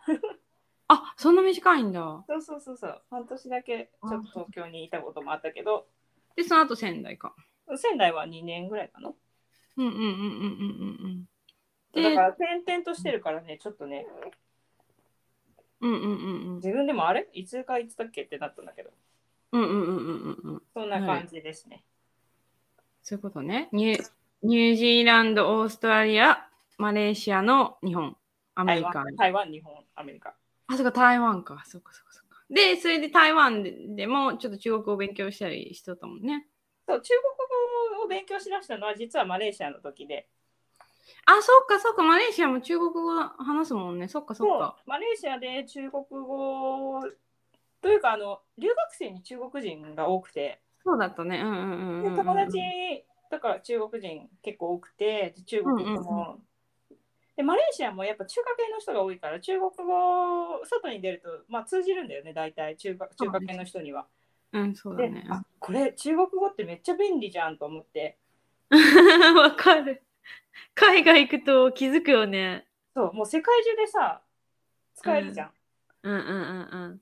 Speaker 2: あ、そんな短いんだ。
Speaker 1: そうそうそうそう半年だけちょっと東京にいたこともあったけど
Speaker 2: で、その後仙台か。
Speaker 1: 仙台は2年ぐらいかな
Speaker 2: うんうんうんうんうんうんうん。
Speaker 1: だ
Speaker 2: で
Speaker 1: か、ら転々としてるからねちょっとね
Speaker 2: うんうんうんうん。
Speaker 1: 自分でもあれいつかいつだっけってなったんだけど
Speaker 2: うんうんうんうんうんうん。
Speaker 1: そんな感じですね、
Speaker 2: そういうことね。ニューニュージーランド、オーストラリア、マレーシアの日本、アメリカ。
Speaker 1: 台湾台湾日本アメリカ
Speaker 2: あ、そうか、台湾か。そうか、そうか、そうか。で、それで台湾ででもちょっと中国語を勉強したりしてたもんね。
Speaker 1: そう中国語を勉強しだしたのは実はマレーシアの時で
Speaker 2: あ、そうか、そうか、マレーシアも中国語話すもんね。そっか、そっか。
Speaker 1: うマレーシアで中国語というかあの留学生に中国人が多くて
Speaker 2: そうだったね。うんうんうんうん
Speaker 1: で
Speaker 2: うん。
Speaker 1: 友達だから中国人結構多くてで中国語も、
Speaker 2: うん
Speaker 1: でマレーシアもやっぱ中華系の人が多いから中国語外に出ると、まあ、通じるんだよね大体中華中華系の人には。
Speaker 2: うん、そうだ
Speaker 1: で、
Speaker 2: ね。
Speaker 1: あこれ中国語ってめっちゃ便利じゃんと思って。
Speaker 2: わかる。海外行くと気づくよね。
Speaker 1: そうもう世界中でさ使えるじゃん、っ
Speaker 2: うんうんうん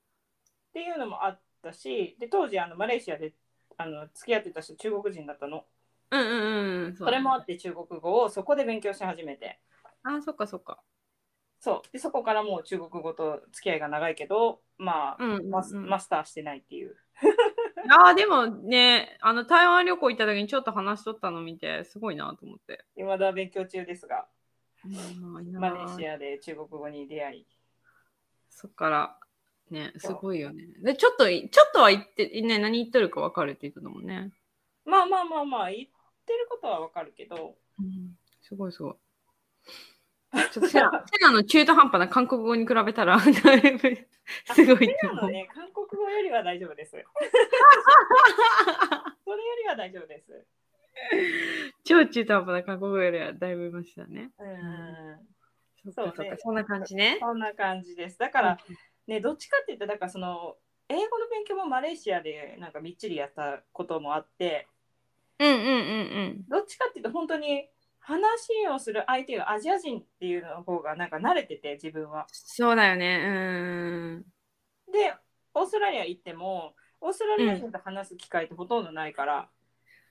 Speaker 1: ていうのもあったしで当時あのマレーシアであの付き合ってた人中国人だったの
Speaker 2: うん。うんうんうん。そ
Speaker 1: そう
Speaker 2: だ
Speaker 1: れ
Speaker 2: ね
Speaker 1: もあって中国語をそこで勉強し始めて
Speaker 2: あ、そっかそっか。
Speaker 1: そうでそこからもう中国語と付き合いが長いけどまあ、
Speaker 2: うんうんうん
Speaker 1: マスマスターしてないっていう
Speaker 2: ああ、でもね、あの、台湾旅行行った時にちょっと話しとったの見て、すごいなと思って。
Speaker 1: いまだ勉強中ですがマ
Speaker 2: マ
Speaker 1: レーシアで中国語に出会い
Speaker 2: そっから、ね、す
Speaker 1: そう
Speaker 2: ごいよね。で、ちょっとい、ちょっとは言って、ね、何言っとるか分かるって言ってたもんね。
Speaker 1: まあまあまあまあ言ってることはわかるけど
Speaker 2: すごいすごい。ちょっとセラセラの中途半端な韓国語に比べたら、だいぶすごいと
Speaker 1: 今
Speaker 2: 思
Speaker 1: の
Speaker 2: う。
Speaker 1: ね韓国語よりは大丈夫 ですそれよりは大丈夫です
Speaker 2: 超中途半端な韓国語よりはだいぶいましたね。
Speaker 1: うん
Speaker 2: そっかそっか、
Speaker 1: そうね
Speaker 2: そんな感じね。
Speaker 1: そんな感じです。だから、ね、どっちかって言ったら、だからその、英語の勉強もマレーシアでなんかみっちりやったこともあって、
Speaker 2: うんうんうんうん。
Speaker 1: どっちかっていうと、本当に話をする相手がアジア人っていうのの方がなんか慣れてて、自分は。
Speaker 2: そうだよね。うーん。
Speaker 1: で、オーストラリア行っても、オーストラリア人と話す機会ってほとんどないから、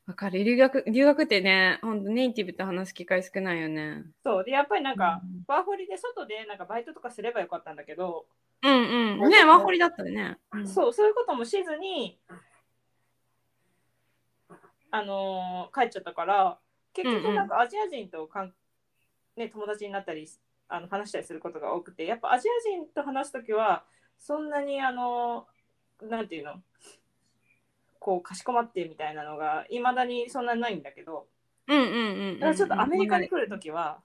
Speaker 2: わかる。留学、留学ってね、ほんとネイティブと話す機会少ないよね。
Speaker 1: そう。で、やっぱりなんか、ワーホリで外でなんかバイトとかすればよかったんだけど、
Speaker 2: うんうん。ね、ワーホリだったらね。うん
Speaker 1: そう、そういうこともしずに、あのー帰っちゃったから、結
Speaker 2: うんう
Speaker 1: 局
Speaker 2: ん
Speaker 1: なんかアジア人とかん、ね、友達になったりあの話したりすることが多くて、やっぱアジア人と話すときは、そんなにあのーなんていうの、こう、かしこまってみたいなのが、いまだにそんなにないんだけど、
Speaker 2: うんうんうんうん。
Speaker 1: だからちょっとアメリカに来るときは、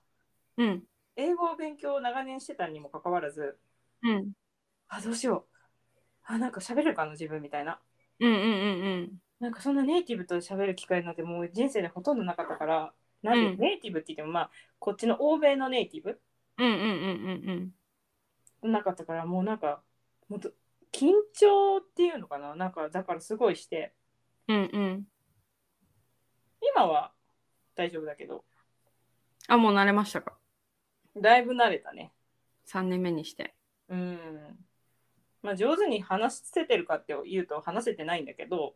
Speaker 2: うん。
Speaker 1: 英語を勉強を長年してたにもかかわらず、
Speaker 2: うん。
Speaker 1: あ、どうしよう。あ、なんか喋れるかな、自分みたいな。
Speaker 2: うんうんうんうん。
Speaker 1: なんかそんなネイティブと喋る機会なんてもう人生でほとんどなかったから、なんで
Speaker 2: うん
Speaker 1: ネイティブって言ってもまあこっちの欧米のネイティブ
Speaker 2: うんうんうんうんうん。
Speaker 1: なかったからもうなんかもっと緊張っていうのかななんかだからすごいして
Speaker 2: うんうん。
Speaker 1: 今は大丈夫だけど
Speaker 2: あ、もう慣れましたか
Speaker 1: だいぶ慣れたね
Speaker 2: ?3 年目にして。
Speaker 1: うんまあ上手に話せてるかって言うと話せてないんだけど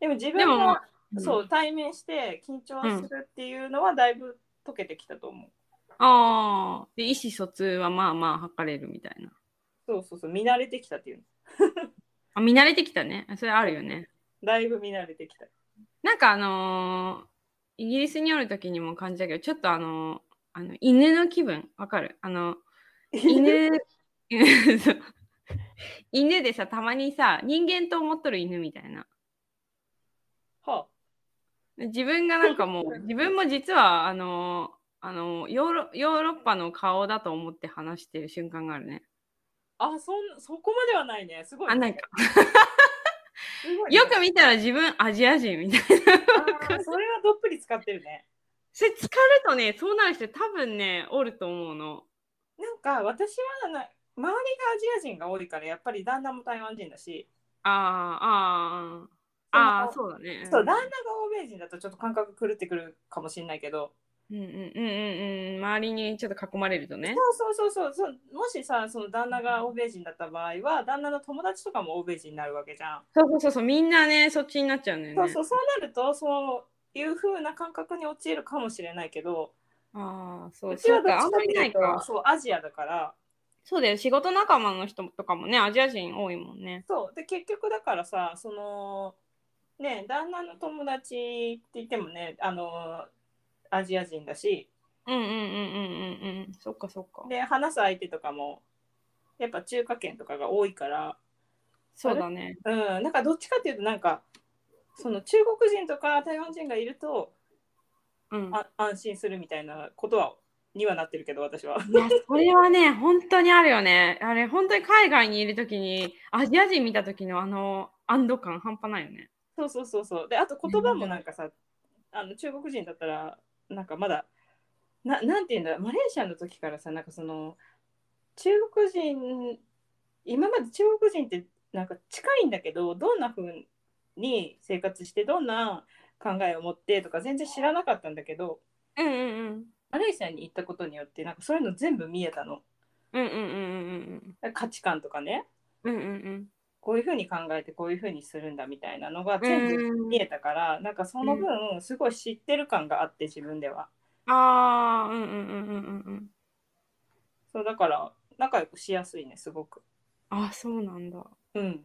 Speaker 1: でも自
Speaker 2: で
Speaker 1: 分
Speaker 2: もま
Speaker 1: が
Speaker 2: あ、うん
Speaker 1: そう対面して緊張するっていうのはだいぶ解けてきたと思う、
Speaker 2: ああ。で、意思疎通はまあまあ測れるみたいな。
Speaker 1: そうそうそう見慣れてきたっていうの
Speaker 2: あ、見慣れてきたね。それあるよね。
Speaker 1: だいぶ見慣れてきた
Speaker 2: なんかあのーイギリスにおる時にも感じたけど、ちょっとあのーあの犬の気分、わかるあの、犬 そう犬でさたまにさ人間と思っとる犬みたいな
Speaker 1: は
Speaker 2: 自分がなんかもう自分も実はあのあのヨーロヨーロッパの顔だと思って話してる瞬間があるね
Speaker 1: ああそんそこまではないねすごいね、
Speaker 2: あないか
Speaker 1: すごいね
Speaker 2: よく見たら自分アジア人みたいな
Speaker 1: あ ーそれはどっぷり使ってるね
Speaker 2: それ疲れとねそうなる人多分ねおると思うの
Speaker 1: なんか私はな周りがアジア人が多いからやっぱり旦那も台湾人だし、
Speaker 2: あーあーあーあー
Speaker 1: そ
Speaker 2: そうだね
Speaker 1: そう旦那が欧米人だとちょっと感覚狂ってくるかもしれないけど、
Speaker 2: うんうんうんうんうん周りにちょっと囲まれるとね
Speaker 1: そうそうそうそうそうもしさその旦那が欧米人だった場合は旦那の友達とかも欧米人になるわけじゃん、
Speaker 2: そうそうそうそうみんなねそっちになっちゃうんだよね
Speaker 1: そうそうそうなるとそういう風な感覚に陥るかもしれないけど
Speaker 2: ああ、そうう、
Speaker 1: ち
Speaker 2: そ
Speaker 1: は
Speaker 2: う
Speaker 1: どっ
Speaker 2: か、あ
Speaker 1: ち
Speaker 2: ん
Speaker 1: かっ
Speaker 2: ま
Speaker 1: て
Speaker 2: り
Speaker 1: い
Speaker 2: な
Speaker 1: う
Speaker 2: い
Speaker 1: と
Speaker 2: か。
Speaker 1: そうアジアだから
Speaker 2: そうだよ、仕事仲間の人とかもね、アジア人多いもんね。
Speaker 1: そうで結局だからさそのね旦那の友達って言ってもねあのアジア人だし
Speaker 2: うんうんうんうんうんうん。そっかそっか。
Speaker 1: で話す相手とかもやっぱ中華圏とかが多いから
Speaker 2: そうだね。
Speaker 1: うんなんかどっちかっていうとなんかその中国人とか台湾人がいると
Speaker 2: うん。
Speaker 1: あ安心するみたいなことはにはなってるけど私は。
Speaker 2: いや、それはね、本当にあるよね。あれ、本当に海外にいるときに、アジア人見たときのあの、安堵感半端ないよね。
Speaker 1: そうそうそうそう。で、あと言葉もなんかさ、あの中国人だったら、なんかまだ、ななんていうんだ、マレーシアの時からさ、なんかその、中国人、今まで中国人ってなんか近いんだけど、どんな風に生活して、どんな考えを持ってとか全然知らなかったんだけど、
Speaker 2: うんうんうん。
Speaker 1: マレーシアに行ったことによって、なんかそういうの全部見えたの。
Speaker 2: うんうんうん
Speaker 1: 価値観とかね、
Speaker 2: うんうん。うんうん
Speaker 1: こういう風に考えて、こういう風にするんだみたいなのが
Speaker 2: う
Speaker 1: 全部
Speaker 2: ん。
Speaker 1: 見えたからなんかその分すごい知ってる感があって自分では
Speaker 2: ああ、うんうんうんうんうんうん。
Speaker 1: そうだから仲良くしやすいねすごく
Speaker 2: ああ、そうなんだ。
Speaker 1: うん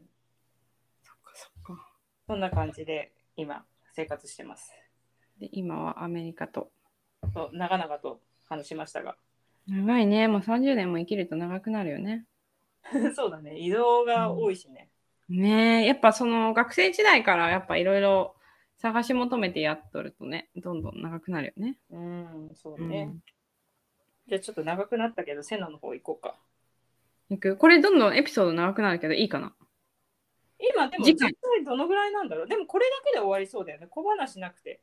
Speaker 2: そっかそっか。
Speaker 1: そんな感じで今生活してます
Speaker 2: で、今はアメリカと。
Speaker 1: そう長々と話しました が
Speaker 2: 長いね。もう30年も生きると長くなるよね。
Speaker 1: そうだね移動が多いしね、
Speaker 2: ねえ、やっぱその学生時代からやっぱいろいろ探し求めてやっとるとね、どんどん長くなるよね。
Speaker 1: うんそう
Speaker 2: う
Speaker 1: ね、
Speaker 2: ん
Speaker 1: じゃあちょっと長くなったけどセナの方行こうか
Speaker 2: いくこれどんどんエピソード長くなるけどいいかな。
Speaker 1: 今でも
Speaker 2: 次
Speaker 1: 実
Speaker 2: 回
Speaker 1: 際どのぐらいなんだろうでもこれだけで終わりそうだよね小話なくて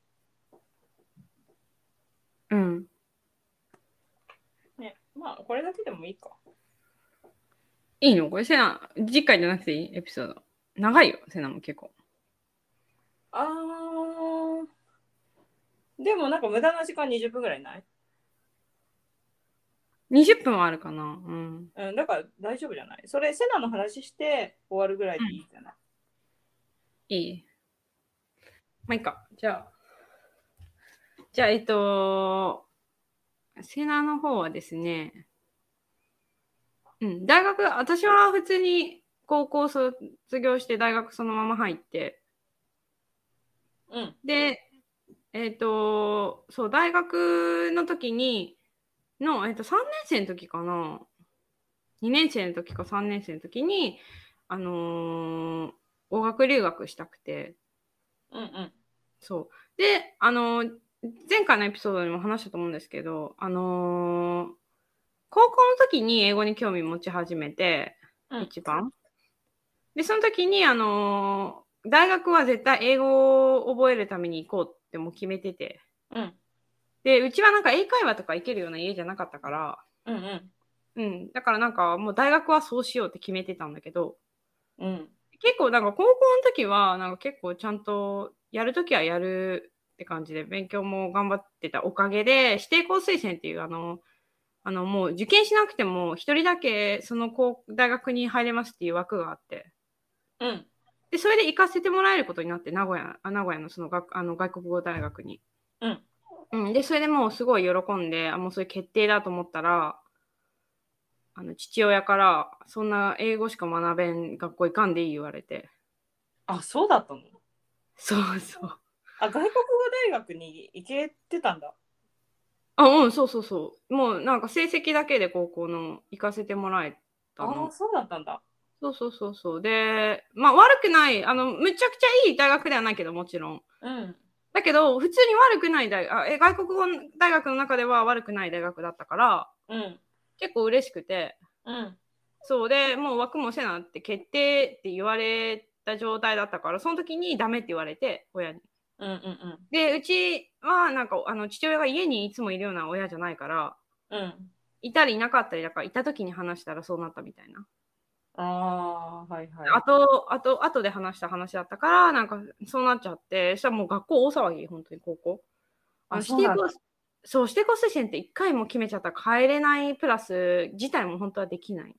Speaker 2: うん。
Speaker 1: ねまあこれだけでもいいか
Speaker 2: いいのこれセナ、次回じゃなくていいエピソード。長いよ、セナも結構。
Speaker 1: あーでもなんか無駄な時間20分ぐらいない
Speaker 2: 20分はあるかな。うん。
Speaker 1: うん、だから大丈夫じゃないそれ、セナの話して終わるぐらいでいいじゃない、
Speaker 2: いい。まあいいか。じゃあ。じゃあ、えっと、セナの方はですね、うん、大学、私は普通に高校卒業して大学そのまま入って、
Speaker 1: うん、うん。
Speaker 2: で、えっと、そう、大学の時に、の、えっと、3年生の時かな。2年生の時か3年生の時に、あのー語学留学したくて、
Speaker 1: うんうん。
Speaker 2: そう。で、あの、前回のエピソードにも話したと思うんですけど、あのー高校の時に英語に興味持ち始めて、
Speaker 1: うん
Speaker 2: 一番。で、その時に、あのー大学は絶対英語を覚えるために行こうってもう決めてて。
Speaker 1: うん
Speaker 2: で、うちはなんか英会話とか行けるような家じゃなかったから、
Speaker 1: うんうん。
Speaker 2: うん。だからなんかもう大学はそうしようって決めてたんだけど、
Speaker 1: うん。
Speaker 2: 結構なんか高校の時はなんか結構ちゃんとやる時はやるって感じで勉強も頑張ってたおかげで指定校推薦っていうあのあのもう受験しなくても一人だけその高大学に入れますっていう枠があって
Speaker 1: うん。
Speaker 2: でそれで行かせてもらえることになって名古屋あ名古屋のその学あの外国語大学に、
Speaker 1: うん
Speaker 2: うん、でそれでもうすごい喜んであもうそれ決定だと思ったらあの父親からそんな英語しか学べん学校行かんでいい言われて
Speaker 1: あ、そうだったの
Speaker 2: そうそう。
Speaker 1: あ、外国語大学に行けてたんだ。
Speaker 2: あ、うん、そうそうそう。もうなんか成績だけで高校の行かせてもらえた
Speaker 1: あ
Speaker 2: の
Speaker 1: ー。そうだったんだ。
Speaker 2: そうそうそうそう。で、まあ悪くない、あの、むちゃくちゃいい大学ではないけど、もちろん。
Speaker 1: うん。
Speaker 2: だけど、普通に悪くない大学、あえ外国語大学の中では悪くない大学だったから、
Speaker 1: うん。
Speaker 2: 結構嬉しくて、
Speaker 1: うん。
Speaker 2: そうで、もう枠もせなって決定って言われた状態だったから、その時にダメって言われて、親に。
Speaker 1: うんうん
Speaker 2: で、うちはなんか、あの、父親が家にいつもいるような親じゃないから、
Speaker 1: うん。うん。
Speaker 2: いたりいなかったりだからいた時に話したらそうなったみたいな。
Speaker 1: ああ、はいはい。
Speaker 2: あと、あと、あとで話した話だったから、なんかそうなっちゃって、そしたらもう学校大騒ぎ、本当に高校。あの
Speaker 1: あ
Speaker 2: 指
Speaker 1: そう
Speaker 2: 定
Speaker 1: なんだ
Speaker 2: 校、そう、指定校推薦って一回も決めちゃったら帰れないプラス、自体も本当はできない。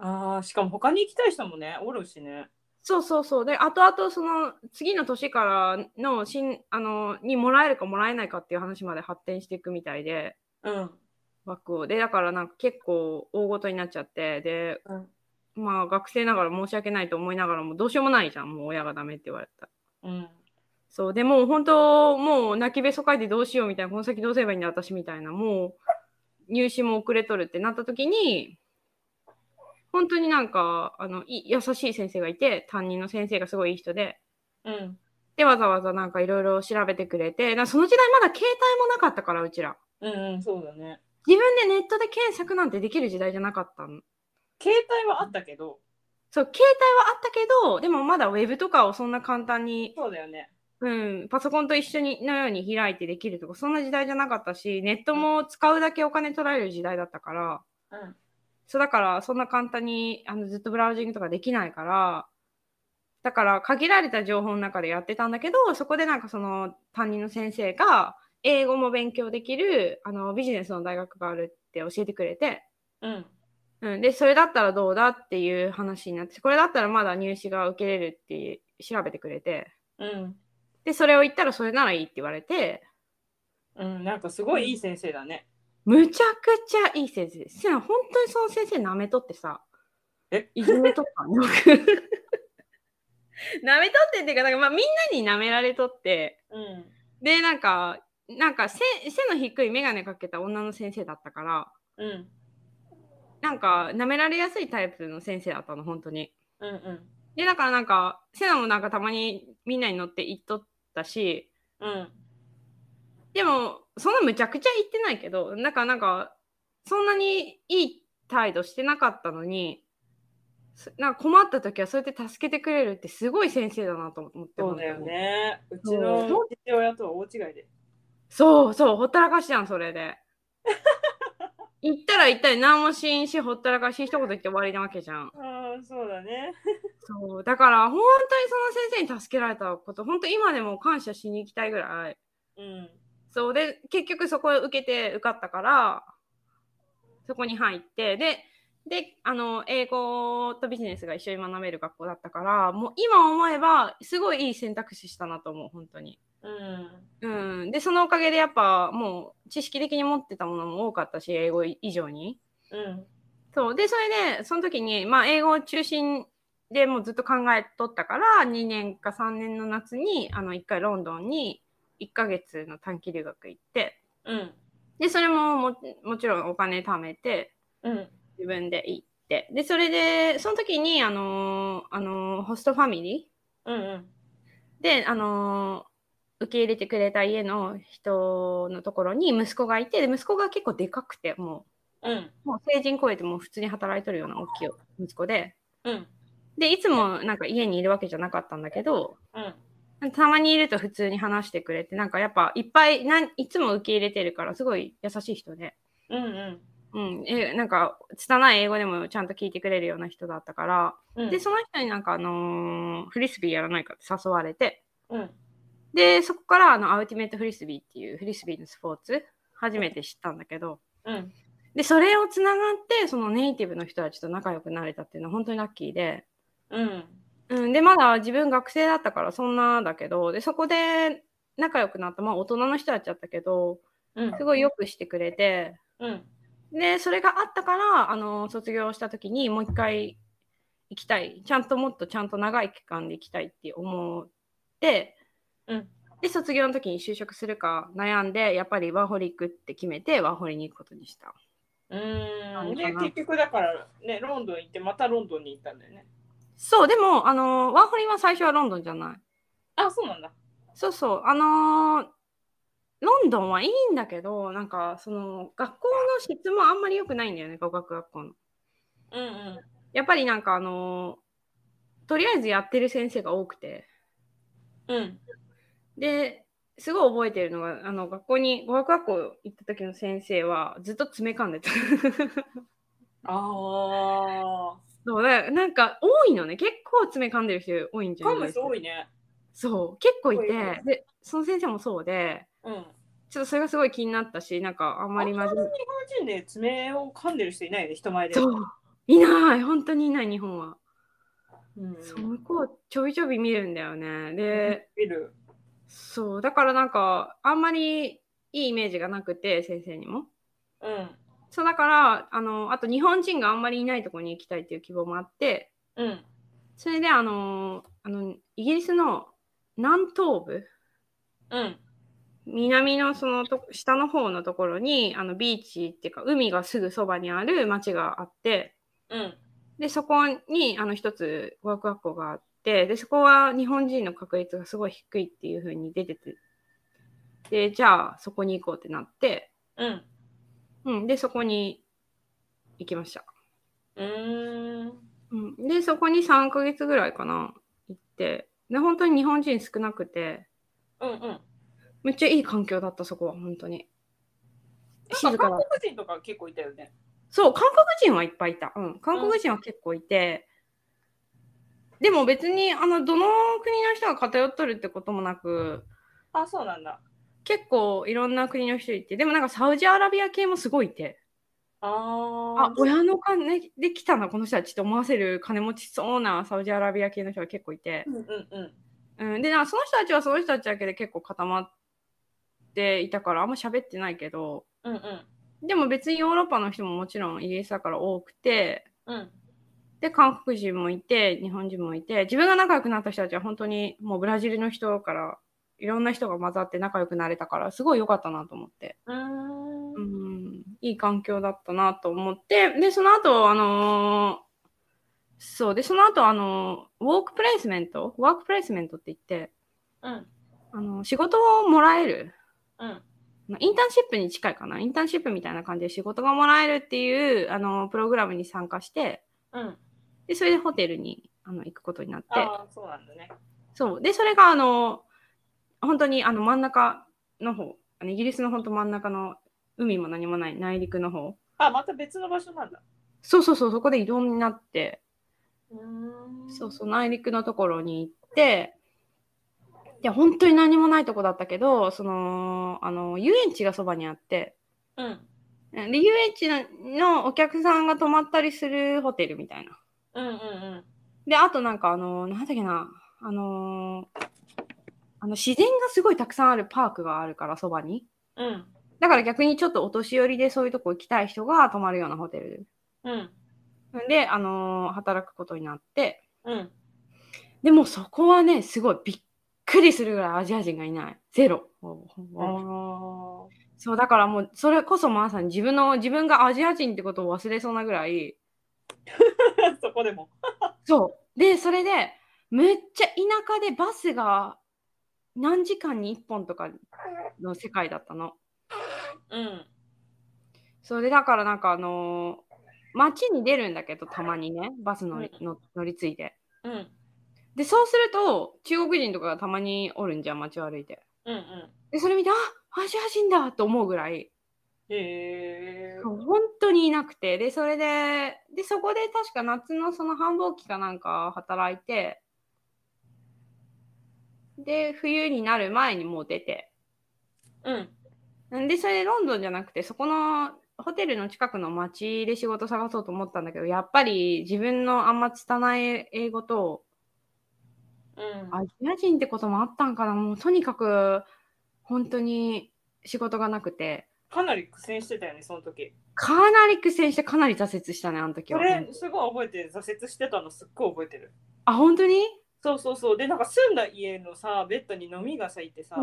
Speaker 1: ああ、しかも他に行きたい人もね、おるしね。
Speaker 2: そうそうそう。で、後々その次の年からの新、あの、にもらえるかもらえないかっていう話まで発展していくみたいで、
Speaker 1: うん。
Speaker 2: 枠を。で、だからなんか結構大ごとになっちゃって、で、
Speaker 1: うん。
Speaker 2: まあ学生ながら申し訳ないと思いながらもどうしようもないじゃんもう親がダメって言われたら
Speaker 1: うん。
Speaker 2: そうでもう本当もう泣きべそかいてどうしようみたいなこの先どうすればいいんだ私みたいなもう入試も遅れとるってなった時に本当になんかあのい優しい先生がいて担任の先生がすごいいい人で
Speaker 1: うん。
Speaker 2: でわざわざなんかいろいろ調べてくれてなその時代まだ携帯もなかったからうちら
Speaker 1: うんうん、そうだね。
Speaker 2: 自分でネットで検索なんてできる時代じゃなかったの
Speaker 1: 携帯はあったけど、
Speaker 2: そう携帯はあったけどでもまだウェブとかをそんな簡単に
Speaker 1: そうだよね。
Speaker 2: うん、パソコンと一緒にのように開いてできるとかそんな時代じゃなかったしネットも使うだけお金取られる時代だったから
Speaker 1: うん。
Speaker 2: そうだからそんな簡単にあのずっとブラウジングとかできないからだから限られた情報の中でやってたんだけどそこでなんかその担任の先生が英語も勉強できるあのビジネスの大学があるって教えてくれて、
Speaker 1: うん。
Speaker 2: うん、でそれだったらどうだっていう話になってこれだったらまだ入試が受けれるっていう調べてくれて
Speaker 1: うん。
Speaker 2: でそれを言ったらそれならいいって言われて。
Speaker 1: うん、なんかすごいいい先生だね。
Speaker 2: むちゃくちゃいい先生です。せや本当にその先生舐めとってさ、
Speaker 1: え
Speaker 2: いじめとったの舐めとってっていうか、なんかまあ、みんなに舐められとって、
Speaker 1: うん。
Speaker 2: で、なんか、なんか背背の低い眼鏡かけた女の先生だったから、
Speaker 1: うん。
Speaker 2: なんか舐められやすいタイプの先生だったの、本当に。
Speaker 1: うんうん。
Speaker 2: で、だからなんか、セナもなんかたまにみんなに乗って行っとったし、
Speaker 1: うん。
Speaker 2: でも、そんなむちゃくちゃ言ってないけど、なんか、なんか、そんなにいい態度してなかったのに、そなんか困った時はそうやって助けてくれるってすごい先生だなと思って。
Speaker 1: そうだよ
Speaker 2: 本当に。
Speaker 1: ね。うちの父親とは大違いで。
Speaker 2: そうそう、ほったらかしじゃん、それ で。行ったら行ったり、何もしんし、ほったらかし、一言言って終わりなわけじゃん。
Speaker 1: ああ、そうだね。
Speaker 2: そう、だから、本当にその先生に助けられたこと、本当今でも感謝しに行きたいぐらい、
Speaker 1: うん。
Speaker 2: そうで結局そこを受けて受かったからそこに入ってでであの英語とビジネスが一緒に学べる学校だったからもう今思えばすごいいい選択肢したなと思う本当に。
Speaker 1: うん。
Speaker 2: うん、でそのおかげでやっぱもう知識的に持ってたものも多かったし英語以上に。
Speaker 1: うん。
Speaker 2: そうでそれでその時に、まあ、英語を中心でもうずっと考えとったから2年か3年の夏にあの1回ロンドンに1ヶ月の短期留学行って。
Speaker 1: うん。
Speaker 2: で、それもももちろんお金貯めて、
Speaker 1: うん。
Speaker 2: 自分で行って。で、それで、その時に、あのーあのーホストファミリ
Speaker 1: うん。うん。
Speaker 2: ーで、あのー受け入れてくれた家の人のところに息子がいて、で息子が結構でかくて、も
Speaker 1: うん。
Speaker 2: う、もう成人超えてもう普通に働いとるような大きい息子で、
Speaker 1: うん。
Speaker 2: で、いつもなんか家にいるわけじゃなかったんだけど、
Speaker 1: うん。
Speaker 2: たまにいると普通に話してくれて、なんかやっぱいっぱい、なんいつも受け入れてるから、すごい優しい人で。
Speaker 1: うん。
Speaker 2: うん、えなんか拙い英語でもちゃんと聞いてくれるような人だったから、
Speaker 1: うん
Speaker 2: でその人になんか、あのーフリスビーやらないかって誘われて
Speaker 1: うん
Speaker 2: でそこからあのアウティメットフリスビーっていうフリスビーのスポーツ初めて知ったんだけど
Speaker 1: うん
Speaker 2: でそれをつながってそのネイティブの人たちと仲良くなれたっていうのは本当にラッキーで、
Speaker 1: うん
Speaker 2: うん、でまだ自分学生だったからそんなだけどでそこで仲良くなった、まあ、大人の人たちだったけど
Speaker 1: うん
Speaker 2: すごいよくしてくれて。
Speaker 1: うん
Speaker 2: でそれがあったからあの卒業した時にもう一回行きたいちゃんともっとちゃんと長い期間で行きたいって思って、
Speaker 1: うん
Speaker 2: で卒業の時に就職するか悩んでやっぱりワーホリ行くって決めてワーホリに行くことにした
Speaker 1: うんで結局だからねロンドン行ってまたロンドンに行ったんだよね
Speaker 2: そうでもあのワーホリは最初はロンドンじゃない
Speaker 1: あそうなんだ
Speaker 2: そうそうあのーロンドンはいいんだけどなんかその学校の質もあんまり良くないんだよね語学学校の
Speaker 1: うんうん
Speaker 2: やっぱりなんかあのーとりあえずやってる先生が多くて
Speaker 1: うん
Speaker 2: ですごい覚えてるのがあの学校に語学学校行った時の先生はずっと詰め噛んでた
Speaker 1: ああ
Speaker 2: そうだからなんか多いのね結構詰め噛んでる人多いんじゃな
Speaker 1: カ
Speaker 2: い
Speaker 1: ム
Speaker 2: です
Speaker 1: ス多いね
Speaker 2: そう結構い
Speaker 1: 多いね
Speaker 2: てでその先生もそうで
Speaker 1: うん
Speaker 2: ちょっとそれがすごい気になったしなんかあんまり真
Speaker 1: 日
Speaker 2: 面目
Speaker 1: 本人で爪を噛んでる人いないよね人前で
Speaker 2: そういない本当にいない日本は、
Speaker 1: うん
Speaker 2: そう向こうちょびちょび見るんだよねで、
Speaker 1: 見る
Speaker 2: そうだからなんかあんまりいいイメージがなくて先生にも
Speaker 1: うん
Speaker 2: そうだからあのあと日本人があんまりいないところに行きたいっていう希望もあって
Speaker 1: うん
Speaker 2: それであのあのイギリスの南東部
Speaker 1: うん
Speaker 2: 南のそのと下の方のところにあのビーチっていうか海がすぐそばにある町があって
Speaker 1: うん
Speaker 2: でそこにあの一つ語学学校があってでそこは日本人の確率がすごい低いっていうふうに出ててでじゃあそこに行こうってなって、
Speaker 1: うん
Speaker 2: うん、でそこに行きました。
Speaker 1: うーん
Speaker 2: うん、でそこに3ヶ月ぐらいかな行ってで本当に日本人少なくて
Speaker 1: うんうん
Speaker 2: めっちゃいい環境だったそこは本当に
Speaker 1: なん
Speaker 2: 静
Speaker 1: か
Speaker 2: か
Speaker 1: 韓
Speaker 2: な
Speaker 1: 国人とか結構いたよね
Speaker 2: そう韓国人はいっぱいいた、うん、韓国人は結構いて、でも別にあのどの国の人が偏っとるってこともなく
Speaker 1: あそうなんだ
Speaker 2: 結構いろんな国の人いてでもなんかサウジアラビア系もすごいいて
Speaker 1: あ
Speaker 2: あ
Speaker 1: ー
Speaker 2: 親の金で来たなこの人たちって思わせる金持ちそうなサウジアラビア系の人が結構いて。
Speaker 1: うんうんうん
Speaker 2: うん、でなんかその人たちはその人たちだけで結構固まっていたからあんま喋ってないけど
Speaker 1: うんうん
Speaker 2: でも別にヨーロッパの人ももちろんイギリスだから多くて
Speaker 1: うん
Speaker 2: で韓国人もいて日本人もいて自分が仲良くなった人たちは本当にもうブラジルの人からいろんな人が混ざって仲良くなれたからすごい良かったなと思って、
Speaker 1: うーん
Speaker 2: う。ん、いい環境だったなと思ってでその後あのーそうでその後あのーウォークプレイスメントワークプレイスメントって言って
Speaker 1: うん。
Speaker 2: あの仕事をもらえる、
Speaker 1: うん。
Speaker 2: まあインターンシップに近いかな、インターンシップみたいな感じで仕事がもらえるっていうあのプログラムに参加して、
Speaker 1: うん。
Speaker 2: でそれでホテルにあの行くことになって、
Speaker 1: ああ、そうなんだね。
Speaker 2: そうでそれがあの本当にあの真ん中の方、あのイギリスの本当真ん中の海も何もない内陸の方、
Speaker 1: あ、また別の場所なんだ。
Speaker 2: そうそうそう、そこで移動になって、
Speaker 1: うーん。
Speaker 2: そうそう、内陸のところに行って、で本当に何もないとこだったけど、そのあの遊園地がそばにあって、
Speaker 1: う。うん。
Speaker 2: で遊園地のお客さんが泊まったりするホテルみたいな。
Speaker 1: うんうん
Speaker 2: で、あとなんかあの、なんだっけな、あのーあの自然がすごいたくさんあるパークがあるから、そばに。
Speaker 1: うん。うん。
Speaker 2: だから逆にちょっとお年寄りでそういうとこ行きたい人が泊まるようなホテル
Speaker 1: うん。
Speaker 2: で、あのー働くことになって。
Speaker 1: うん。
Speaker 2: でもそこはね、すごいびっくりするぐらいアジア人がいない。ゼロ。ほ
Speaker 1: あ
Speaker 2: ぼ
Speaker 1: あ。
Speaker 2: そう、だからもう、それこそまさに自分の、自分がアジア人ってことを忘れそうなぐらい、
Speaker 1: そこでも。
Speaker 2: そう。で、それで、めっちゃ田舎でバスが何時間に1本とかの世界だったの。
Speaker 1: うん。
Speaker 2: それで、だからなんかあのー街に出るんだけど、たまにね、バス乗りの乗り継いで。
Speaker 1: うん。
Speaker 2: で、そうすると、中国人とかがたまにおるんじゃん、街を歩いて。
Speaker 1: うんうん。
Speaker 2: で、それ見て、あアジア人だと思うぐらい、
Speaker 1: へえー。
Speaker 2: 本当にいなくてでそれででそこで確か夏のその繁忙期かなんか働いてで冬になる前にもう出て
Speaker 1: うん。
Speaker 2: んでそれでロンドンじゃなくてそこのホテルの近くの町で仕事探そうと思ったんだけどやっぱり自分のあんま拙い英語と
Speaker 1: うん。
Speaker 2: アジア人ってこともあったんかなもうとにかく本当に仕事がなくて
Speaker 1: かなり苦戦してたよね、その時。
Speaker 2: かなり苦戦してかなり挫折したねあの時
Speaker 1: そ
Speaker 2: は。
Speaker 1: れ、すごい覚えてる。挫折してたの、すっごい覚えてる。
Speaker 2: あ本当に
Speaker 1: そうそうそう。で、なんか住んだ家のさ、ベッドに飲みがさいてさ、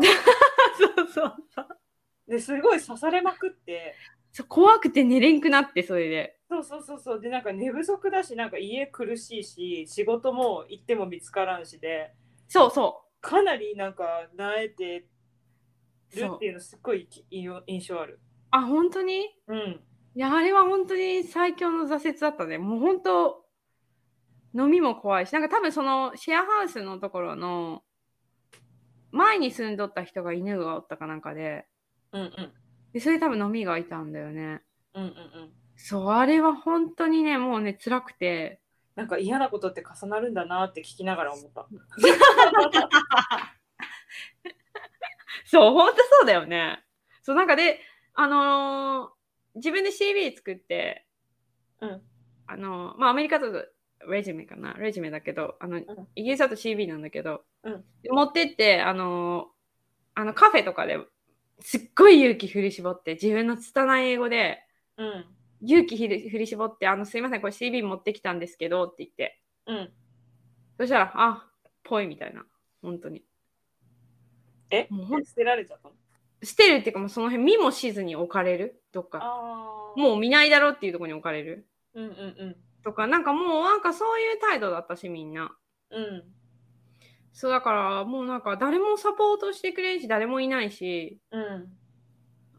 Speaker 2: そうそうそう
Speaker 1: ですごい刺されまくって、
Speaker 2: そう怖くて寝れんくなってそれで
Speaker 1: そうそうそうそう。で、なんか寝不足だし、なんか家苦しいし、仕事も行っても見つからんしで、
Speaker 2: そうそ
Speaker 1: かなりなんか、なえて
Speaker 2: う
Speaker 1: る
Speaker 2: そう
Speaker 1: っていうの、すっごいきいいよ印象ある。
Speaker 2: あ本当に
Speaker 1: うん。
Speaker 2: いやあれは本当に最強の挫折だったねもう本当飲みも怖いしなんか多分そのシェアハウスのところの前に住んどった人が犬がおったかなんかで
Speaker 1: うんうん。
Speaker 2: でそれで多分飲みがいたんだよね
Speaker 1: うんうんうん。
Speaker 2: そうあれは本当にねもうね辛くて
Speaker 1: なんか嫌なことって重なるんだなって聞きながら思った。
Speaker 2: そう本当そうだよねそうなんかであのー自分で CV 作って
Speaker 1: うん
Speaker 2: あのーまあアメリカだとレジュメかなレジュメだけどあの、イギリスだと CV なんだけど、
Speaker 1: うん
Speaker 2: 持ってってあのーあのカフェとかですっごい勇気振り絞って自分の拙い英語で
Speaker 1: うん。
Speaker 2: 勇気振り振り絞って「あのすいませんこれ CV 持ってきたんですけど」って言って
Speaker 1: うん。
Speaker 2: そしたら「あぽい」みたいな本当に
Speaker 1: え
Speaker 2: もうほん
Speaker 1: 捨てられちゃったの
Speaker 2: 捨てるっていうかもうその辺見もしずに置かれるとか
Speaker 1: ああ。
Speaker 2: もう見ないだろうっていうところに置かれる
Speaker 1: うんうんうん。
Speaker 2: とかなんかもうなんかそういう態度だったしみんな
Speaker 1: うん。
Speaker 2: そうだからもうなんか誰もサポートしてくれんし誰もいないし
Speaker 1: うん。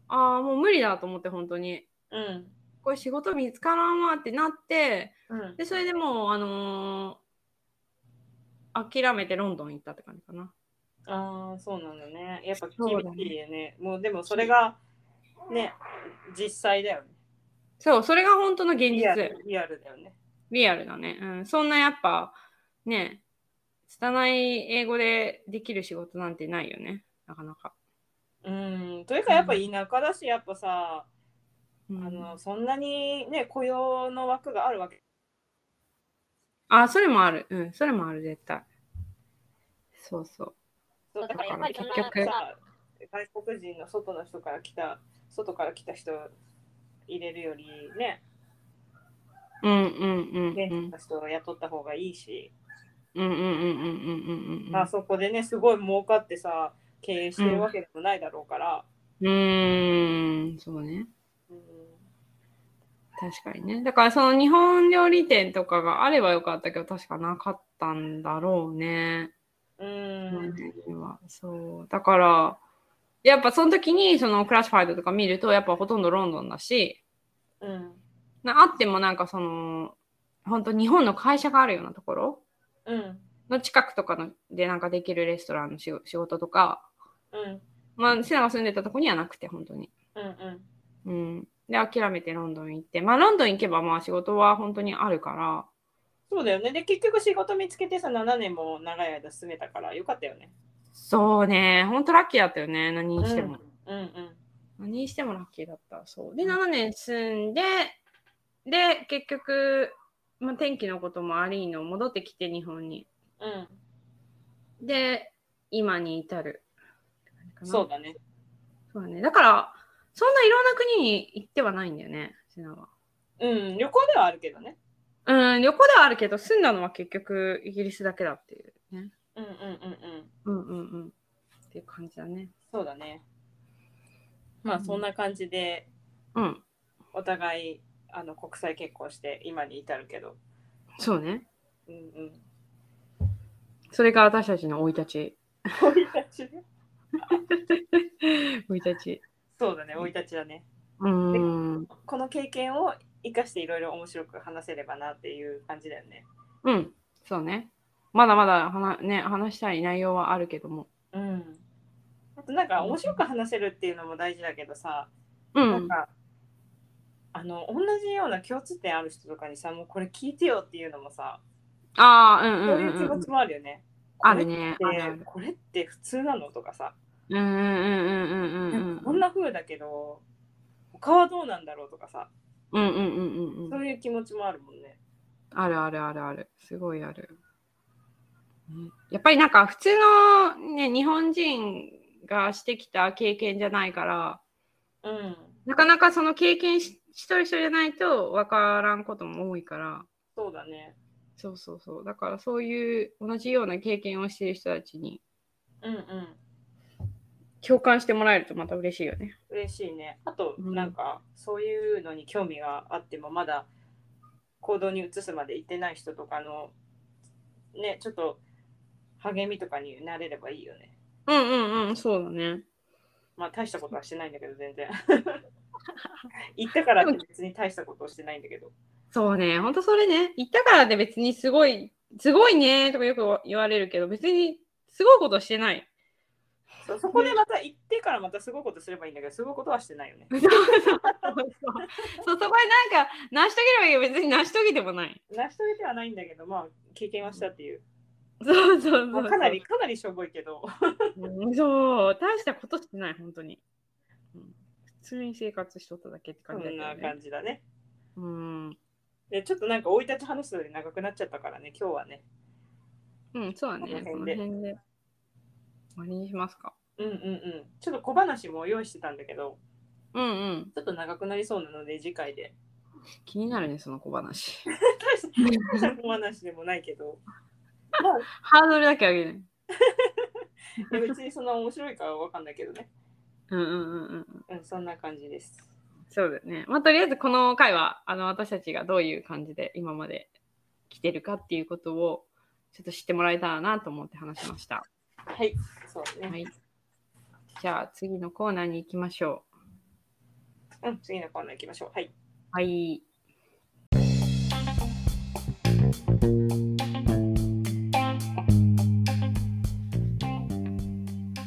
Speaker 2: ああもう無理だと思って本当に
Speaker 1: うん。
Speaker 2: これ仕事見つからんわってなって
Speaker 1: うん。
Speaker 2: でそれでもうあのー諦めてロンドン行ったって感じかな
Speaker 1: ああ、そうなんだね。やっぱ
Speaker 2: そう
Speaker 1: 厳
Speaker 2: だね
Speaker 1: しいよね。もうでもそれが、ね、実際だよね。
Speaker 2: そうそれが本当の現
Speaker 1: リア
Speaker 2: 実
Speaker 1: ルリアルだよね。
Speaker 2: リアルだね。うん、そんなやっぱ、ね、拙い英語でできる仕事なんてないよね。なかなか。
Speaker 1: うん。というかやっぱ田舎だし、やっぱさ、
Speaker 2: うん
Speaker 1: あの、そんなにね、雇用の枠があるわけ。
Speaker 2: あ、それもある。うん、それもある、絶対。そうそう。
Speaker 1: そうだからやっぱりそんな
Speaker 2: 結局
Speaker 1: さ、外国人の外の人から来た、外から来た人入れるよりね、
Speaker 2: うんうんうん
Speaker 1: 現
Speaker 2: う
Speaker 1: 地
Speaker 2: ん。
Speaker 1: の人を雇った方がいいし。
Speaker 2: うんうんうんうんうんうんうん。
Speaker 1: まあそこでねすごい儲かってさ経営してるわけでもないだろうから、
Speaker 2: うーん、そうね。
Speaker 1: うん
Speaker 2: 確かにね。だからその日本料理店とかがあればよかったけど、確かなかったんだろうね。
Speaker 1: うん
Speaker 2: はそうだからやっぱその時にそのクラッシュファイトとか見るとやっぱほとんどロンドンだし
Speaker 1: うん
Speaker 2: なあってもなんかその本当日本の会社があるようなところ
Speaker 1: うん
Speaker 2: の近くとかのでなんかできるレストランの仕仕事とか
Speaker 1: うん
Speaker 2: まあセナが住んでたとこにはなくて本当に
Speaker 1: うん
Speaker 2: うんで諦めてロンドン行ってまあロンドン行けばまあ仕事は本当にあるから
Speaker 1: そうだよねで結局仕事見つけてさ7年も長い間住めたからよかったよね
Speaker 2: そうね本当ラッキーだったよね何にしても、
Speaker 1: うんうん
Speaker 2: 何にしてもラッキーだった。そう。で、7年住んで、で、結局、まあ、天気のこともありの、戻ってきて日本に。
Speaker 1: うん
Speaker 2: で、今に至る。
Speaker 1: そう。だね
Speaker 2: そうだね。だから、そんないろんな国に行ってはないんだよね、セナは。
Speaker 1: うん旅行ではあるけどね
Speaker 2: うん、旅行ではあるけど、住んだのは結局、イギリスだけだっていうね。
Speaker 1: うんうんうんうん
Speaker 2: うんうんうん。っていう感じだね。
Speaker 1: そうだねまあそんな感じで
Speaker 2: うん。
Speaker 1: お互いあの国際結婚して今に至るけど
Speaker 2: そうね。
Speaker 1: うん うん
Speaker 2: それが私たちの生い立ち。
Speaker 1: 生い立ちね
Speaker 2: 生い立ち。
Speaker 1: そうだね生い立ちだね
Speaker 2: うーん。
Speaker 1: この経験を生かしていろいろ面白く話せればなっていう感じだよね。
Speaker 2: うん、そうね。まだまだ話,、ね、話したい内容はあるけども。
Speaker 1: うん。あとなんか面白く話せるっていうのも大事だけどさ、
Speaker 2: う
Speaker 1: なん
Speaker 2: ん。
Speaker 1: か、あの同じような共通点ある人とかにさもうこれ聞いてよっていうのもさ
Speaker 2: ああ、うん
Speaker 1: そううんいううん気
Speaker 2: う
Speaker 1: 持
Speaker 2: ん。
Speaker 1: ちもあるよね。
Speaker 2: あるね。
Speaker 1: これ
Speaker 2: あ
Speaker 1: っ
Speaker 2: る
Speaker 1: てこれって普通なのとかさ、
Speaker 2: うんうんうんうんうんうん
Speaker 1: こんな風だけど他はどうなんだろうとかさ
Speaker 2: うんうんうんうんう
Speaker 1: そ
Speaker 2: ん。
Speaker 1: ういう気持ちもあるもんね。
Speaker 2: あるあるあるある。すごいある。ねやっぱりなんか普通のね、日本人がしてきた経験じゃないから、
Speaker 1: うん、
Speaker 2: なかなかその経験ししとる人じゃないと分からんことも多いから、
Speaker 1: そうだね。
Speaker 2: そうそうそう。だからそういう同じような経験をしている人たちに
Speaker 1: うんうん。
Speaker 2: 共感してもらえるとまた嬉しいよね。
Speaker 1: 嬉しいね。あと、
Speaker 2: うん
Speaker 1: なんかそういうのに興味があってもまだ行動に移すまで行ってない人とかのねちょっと励みとかになれればいいよね。
Speaker 2: うんうんうん、そうだね。
Speaker 1: まあ大したことはしてないんだけど 全然。行ったからって別に大したことをしてないんだけど。
Speaker 2: そうね、ほんとそれね。行ったからで別にすごい、すごいねとかよく言われるけど、別にすごいことしてない。
Speaker 1: そうそこでまた行ってからまたすごいことすればいいんだけどすごいことはしてないよね。
Speaker 2: そうそうそうそうそこでなんか成し遂げればいいけど別に成し遂げてもない。
Speaker 1: 成し遂げてはないんだけどまあ経験はしたっていう。
Speaker 2: そうそうそう
Speaker 1: まあ、かなりかなりしょぼいけど。
Speaker 2: うんそう大したことしてない本当に、うん普通に生活しとっただけって
Speaker 1: こ
Speaker 2: 感じだ
Speaker 1: んな
Speaker 2: けどね
Speaker 1: 感じだね。
Speaker 2: うん、
Speaker 1: でちょっとなんか生い立ち話すので長くなっちゃったからね今日はね。
Speaker 2: うん、そうだねこ
Speaker 1: こ
Speaker 2: の
Speaker 1: の辺で
Speaker 2: 辺で終わりにしますか
Speaker 1: うんうんうん。ちょっと小話も用意してたんだけど
Speaker 2: うんうん
Speaker 1: ちょっと長くなりそうなので次回で。
Speaker 2: 気になるねその小話
Speaker 1: 大した大した小話でもないけど。まあ
Speaker 2: ハードルだけ上げない
Speaker 1: いや別にそんな面白いかは分かんないけどね。
Speaker 2: うんうんうんうん
Speaker 1: うん、そんな感じです。
Speaker 2: そうだよねまあとりあえずこの回はあの私たちがどういう感じで今まで来てるかっていうことをちょっと知ってもらえたらなと思って話しました
Speaker 1: はい、そうね。
Speaker 2: はい。じゃあ次のコーナーに行きましょう。
Speaker 1: うん、次のコーナー行きましょう。はい。
Speaker 2: はい。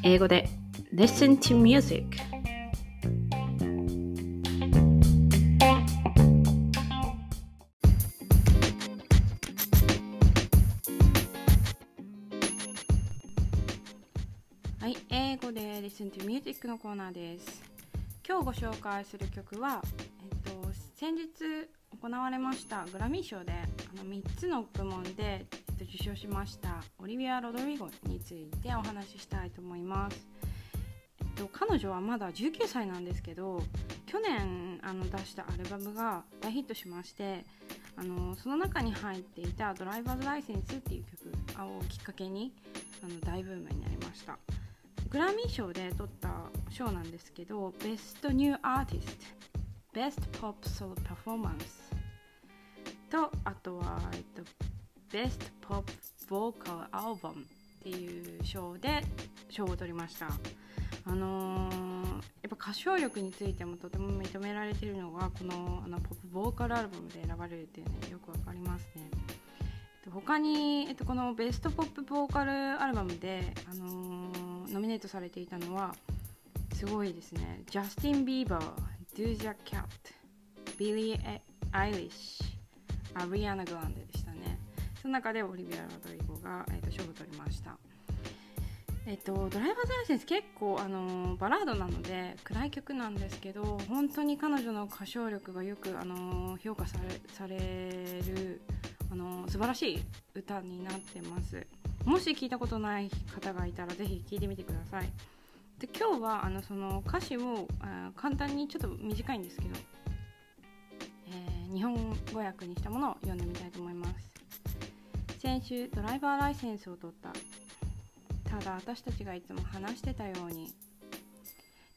Speaker 2: 英語で Listen to Music はい、英語で Listen to Music のコーナーです。今日ご紹介する曲は、えっと、先日行われましたグラミー賞であの3つの部門で、えっと、受賞しましたオリビア・ロドリゴについてお話ししたいと思います、えっと、彼女はまだ19歳なんですけど去年あの出したアルバムが大ヒットしましてあのその中に入っていた「ドライバーズ・ライセンス」っていう曲をきっかけにあの大ブームになりましたグラミー賞で取った賞なんですけどベストニューアーティストベストポップソウルパフォーマンスとあとは、えっと、ベストポップボーカルアルバムっていう賞で賞を取りましたあのーやっぱ歌唱力についてもとても認められているのがこのあのポップボーカルアルバムで選ばれるっていうねよくわかりますねえっと他に、えっと、このベストポップボーカルアルバムで、あのーノミネートされていたのはすごいですねジャスティン・ビーバー、Do the Cat、ビリー・アイリッシュ、アリアナ・グランデでしたねその中でオリビア・ロドリゴが、えっと、賞を取りましたえっと、ドライバーズライセンス結構、あのーバラードなので暗い曲なんですけど本当に彼女の歌唱力がよく、あのー評価されされるあの素晴らしい歌になってますもし聞いたことない方がいたらぜひ聞いてみてくださいで今日はあのその歌詞をあー簡単にちょっと短いんですけど、えー日本語訳にしたものを読んでみたいと思います先週ドライバーライセンスを取ったただ私たちがいつも話してたように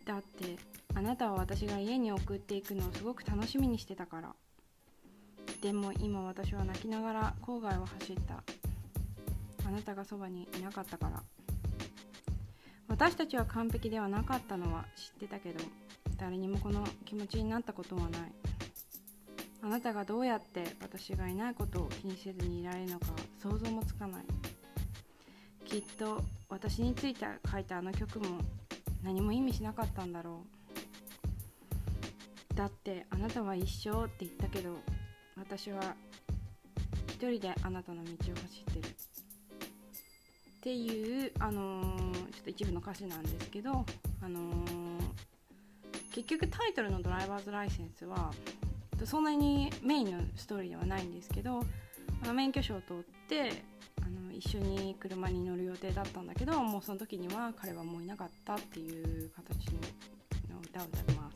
Speaker 2: だってあなたは私が家に送っていくのをすごく楽しみにしてたからでも今私は泣きながら郊外を走ったあなたがそばにいなかったから私たちは完璧ではなかったのは知ってたけど誰にもこの気持ちになったことはないあなたがどうやって私がいないことを気にせずにいられるのか想像もつかないきっと私について書いたあの曲も何も意味しなかったんだろうだってあなたは一生って言ったけど私は一人であなたの道を走ってるっていうあのーちょっと一部の歌詞なんですけどあのー結局タイトルの「ドライバーズライセンスは」そんなにメインのストーリーではないんですけどあの免許証を取ってあの一緒に車に乗る予定だったんだけどもうその時には彼はもういなかったっていう形の歌を歌ってま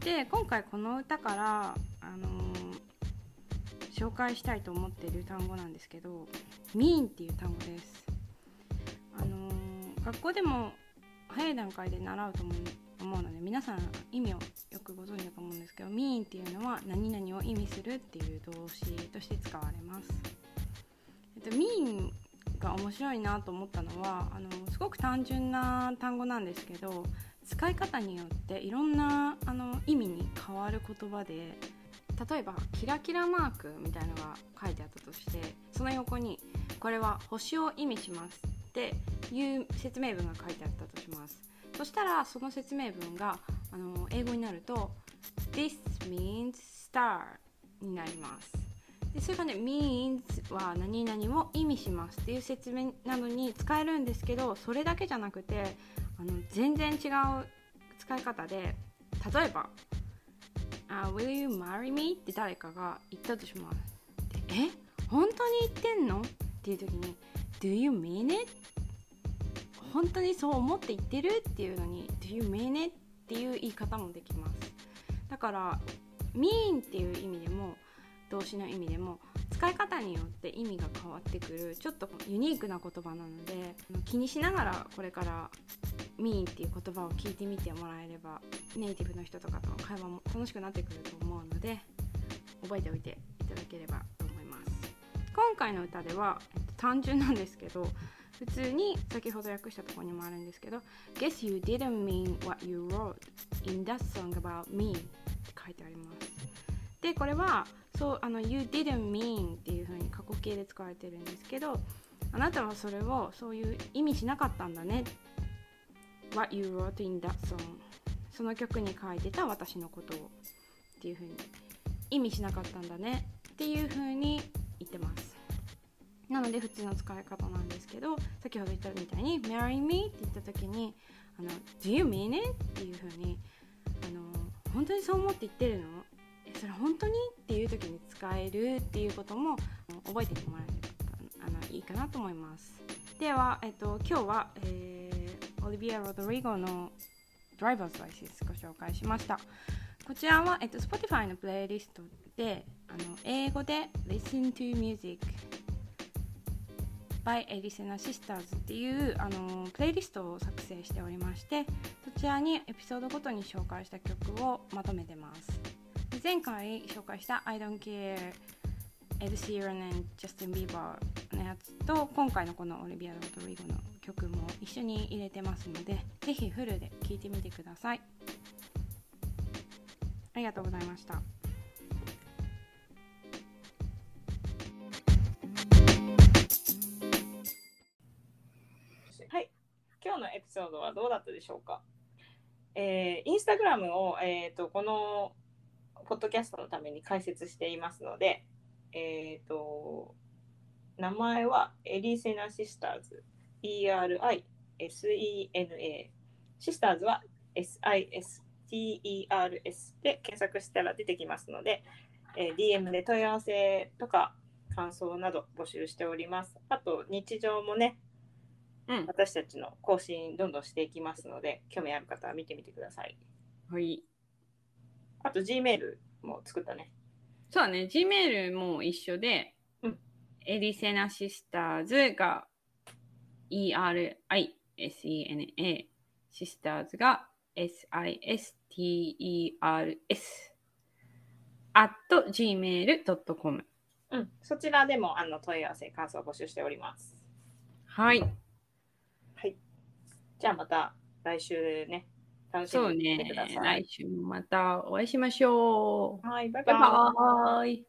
Speaker 2: すで今回この歌から、あのー紹介したいと思っている単語なんですけど「mean」っていう単語です、あのー学校でも早い段階で習うと思う思うので皆さん意味をよくご存知だと思うんですけど「mean」っていうのは何々を意味するっていう動詞として使われます。えっと、mean が面白いなと思ったのはあのすごく単純な単語なんですけど使い方によっていろんなあの意味に変わる言葉で例えば「キラキラマーク」みたいのが書いてあったとしてその横に「これは星を意味します」っていう説明文が書いてあったとします。そしたらその説明文があの英語になると「This means star」になります。でそれがね「means」は何々を意味しますっていう説明などに使えるんですけどそれだけじゃなくてあの全然違う使い方で例えば「あ Will you marry me?」って誰かが言ったとします。でえ本当に言ってんのっていう時に「Do you mean it?」本当にそう思って言ってるっていうのに「Do you mean it?」っていう言い方もできますだから「mean」っていう意味でも動詞の意味でも使い方によって意味が変わってくるちょっとユニークな言葉なので気にしながらこれから「mean」っていう言葉を聞いてみてもらえればネイティブの人とかとの会話も楽しくなってくると思うので覚えておいていただければと思います今回の歌ではえっと単純なんですけど普通に先ほど訳したところにもあるんですけど「Guess you didn't mean what you wrote in that song about me」って書いてありますでこれはそうあの「You didn't mean」っていう風に過去形で使われてるんですけどあなたはそれをそういう意味しなかったんだね What you wrote in that song その曲に書いてた私のことをっていう風に意味しなかったんだねっていう風に言ってますなので普通の使い方なんですけど先ほど言ったみたいに「Marry me」って言った時に「あの Do you mean it?」っていう風にあの「本当にそう思って言ってるのえそれ本当に?」っていう時に使えるっていうこともあの覚えてもらえればあのいいかなと思いますでは、えっと、今日は、えーオリビア・ロドリゴの「ドライバーズ・ライセンス」ご紹介しましたこちらは、えっと、Spotify のプレイリストであの英語で「Listen to Music」by エリセナシスターズっていうあのプレイリストを作成しておりましてそちらにエピソードごとに紹介した曲をまとめてますで前回紹介した I don't care エルシーラン and ジャスティン・ビーバーのやつと今回のこのオリビア・ロドリゴの曲も一緒に入れてますのでぜひフルで聴いてみてくださいありがとうございました
Speaker 1: はい、今日のエピソードはどうだったでしょうか。えー、インスタグラムを、えー、とこのポッドキャストのために開設していますので、えー、と名前はエリセナシスターズ ERISENA シスターズは SISTERS で検索したら出てきますので、えー DM で問い合わせとか感想など募集しております。あと日常もね
Speaker 3: うん。
Speaker 1: 私たちの更新どんどんしていきますので興味ある方は見てみてください
Speaker 3: はい。
Speaker 1: あと G メールも作ったね
Speaker 3: そうだね、Gmail も一緒で、
Speaker 1: うん
Speaker 3: エリセナシスターズが ERISENA、シスターズが SISTERS、at gmail.com。
Speaker 1: うんそちらでもあの問い合わせ感想を募集しております
Speaker 3: はい、
Speaker 1: じゃあまた来週ね楽し
Speaker 3: そう
Speaker 1: みにして
Speaker 3: ね
Speaker 1: ください、、
Speaker 3: 来週もまたお会いしましょう。
Speaker 1: はいバイバ
Speaker 3: バ
Speaker 1: イ
Speaker 3: イバーイ。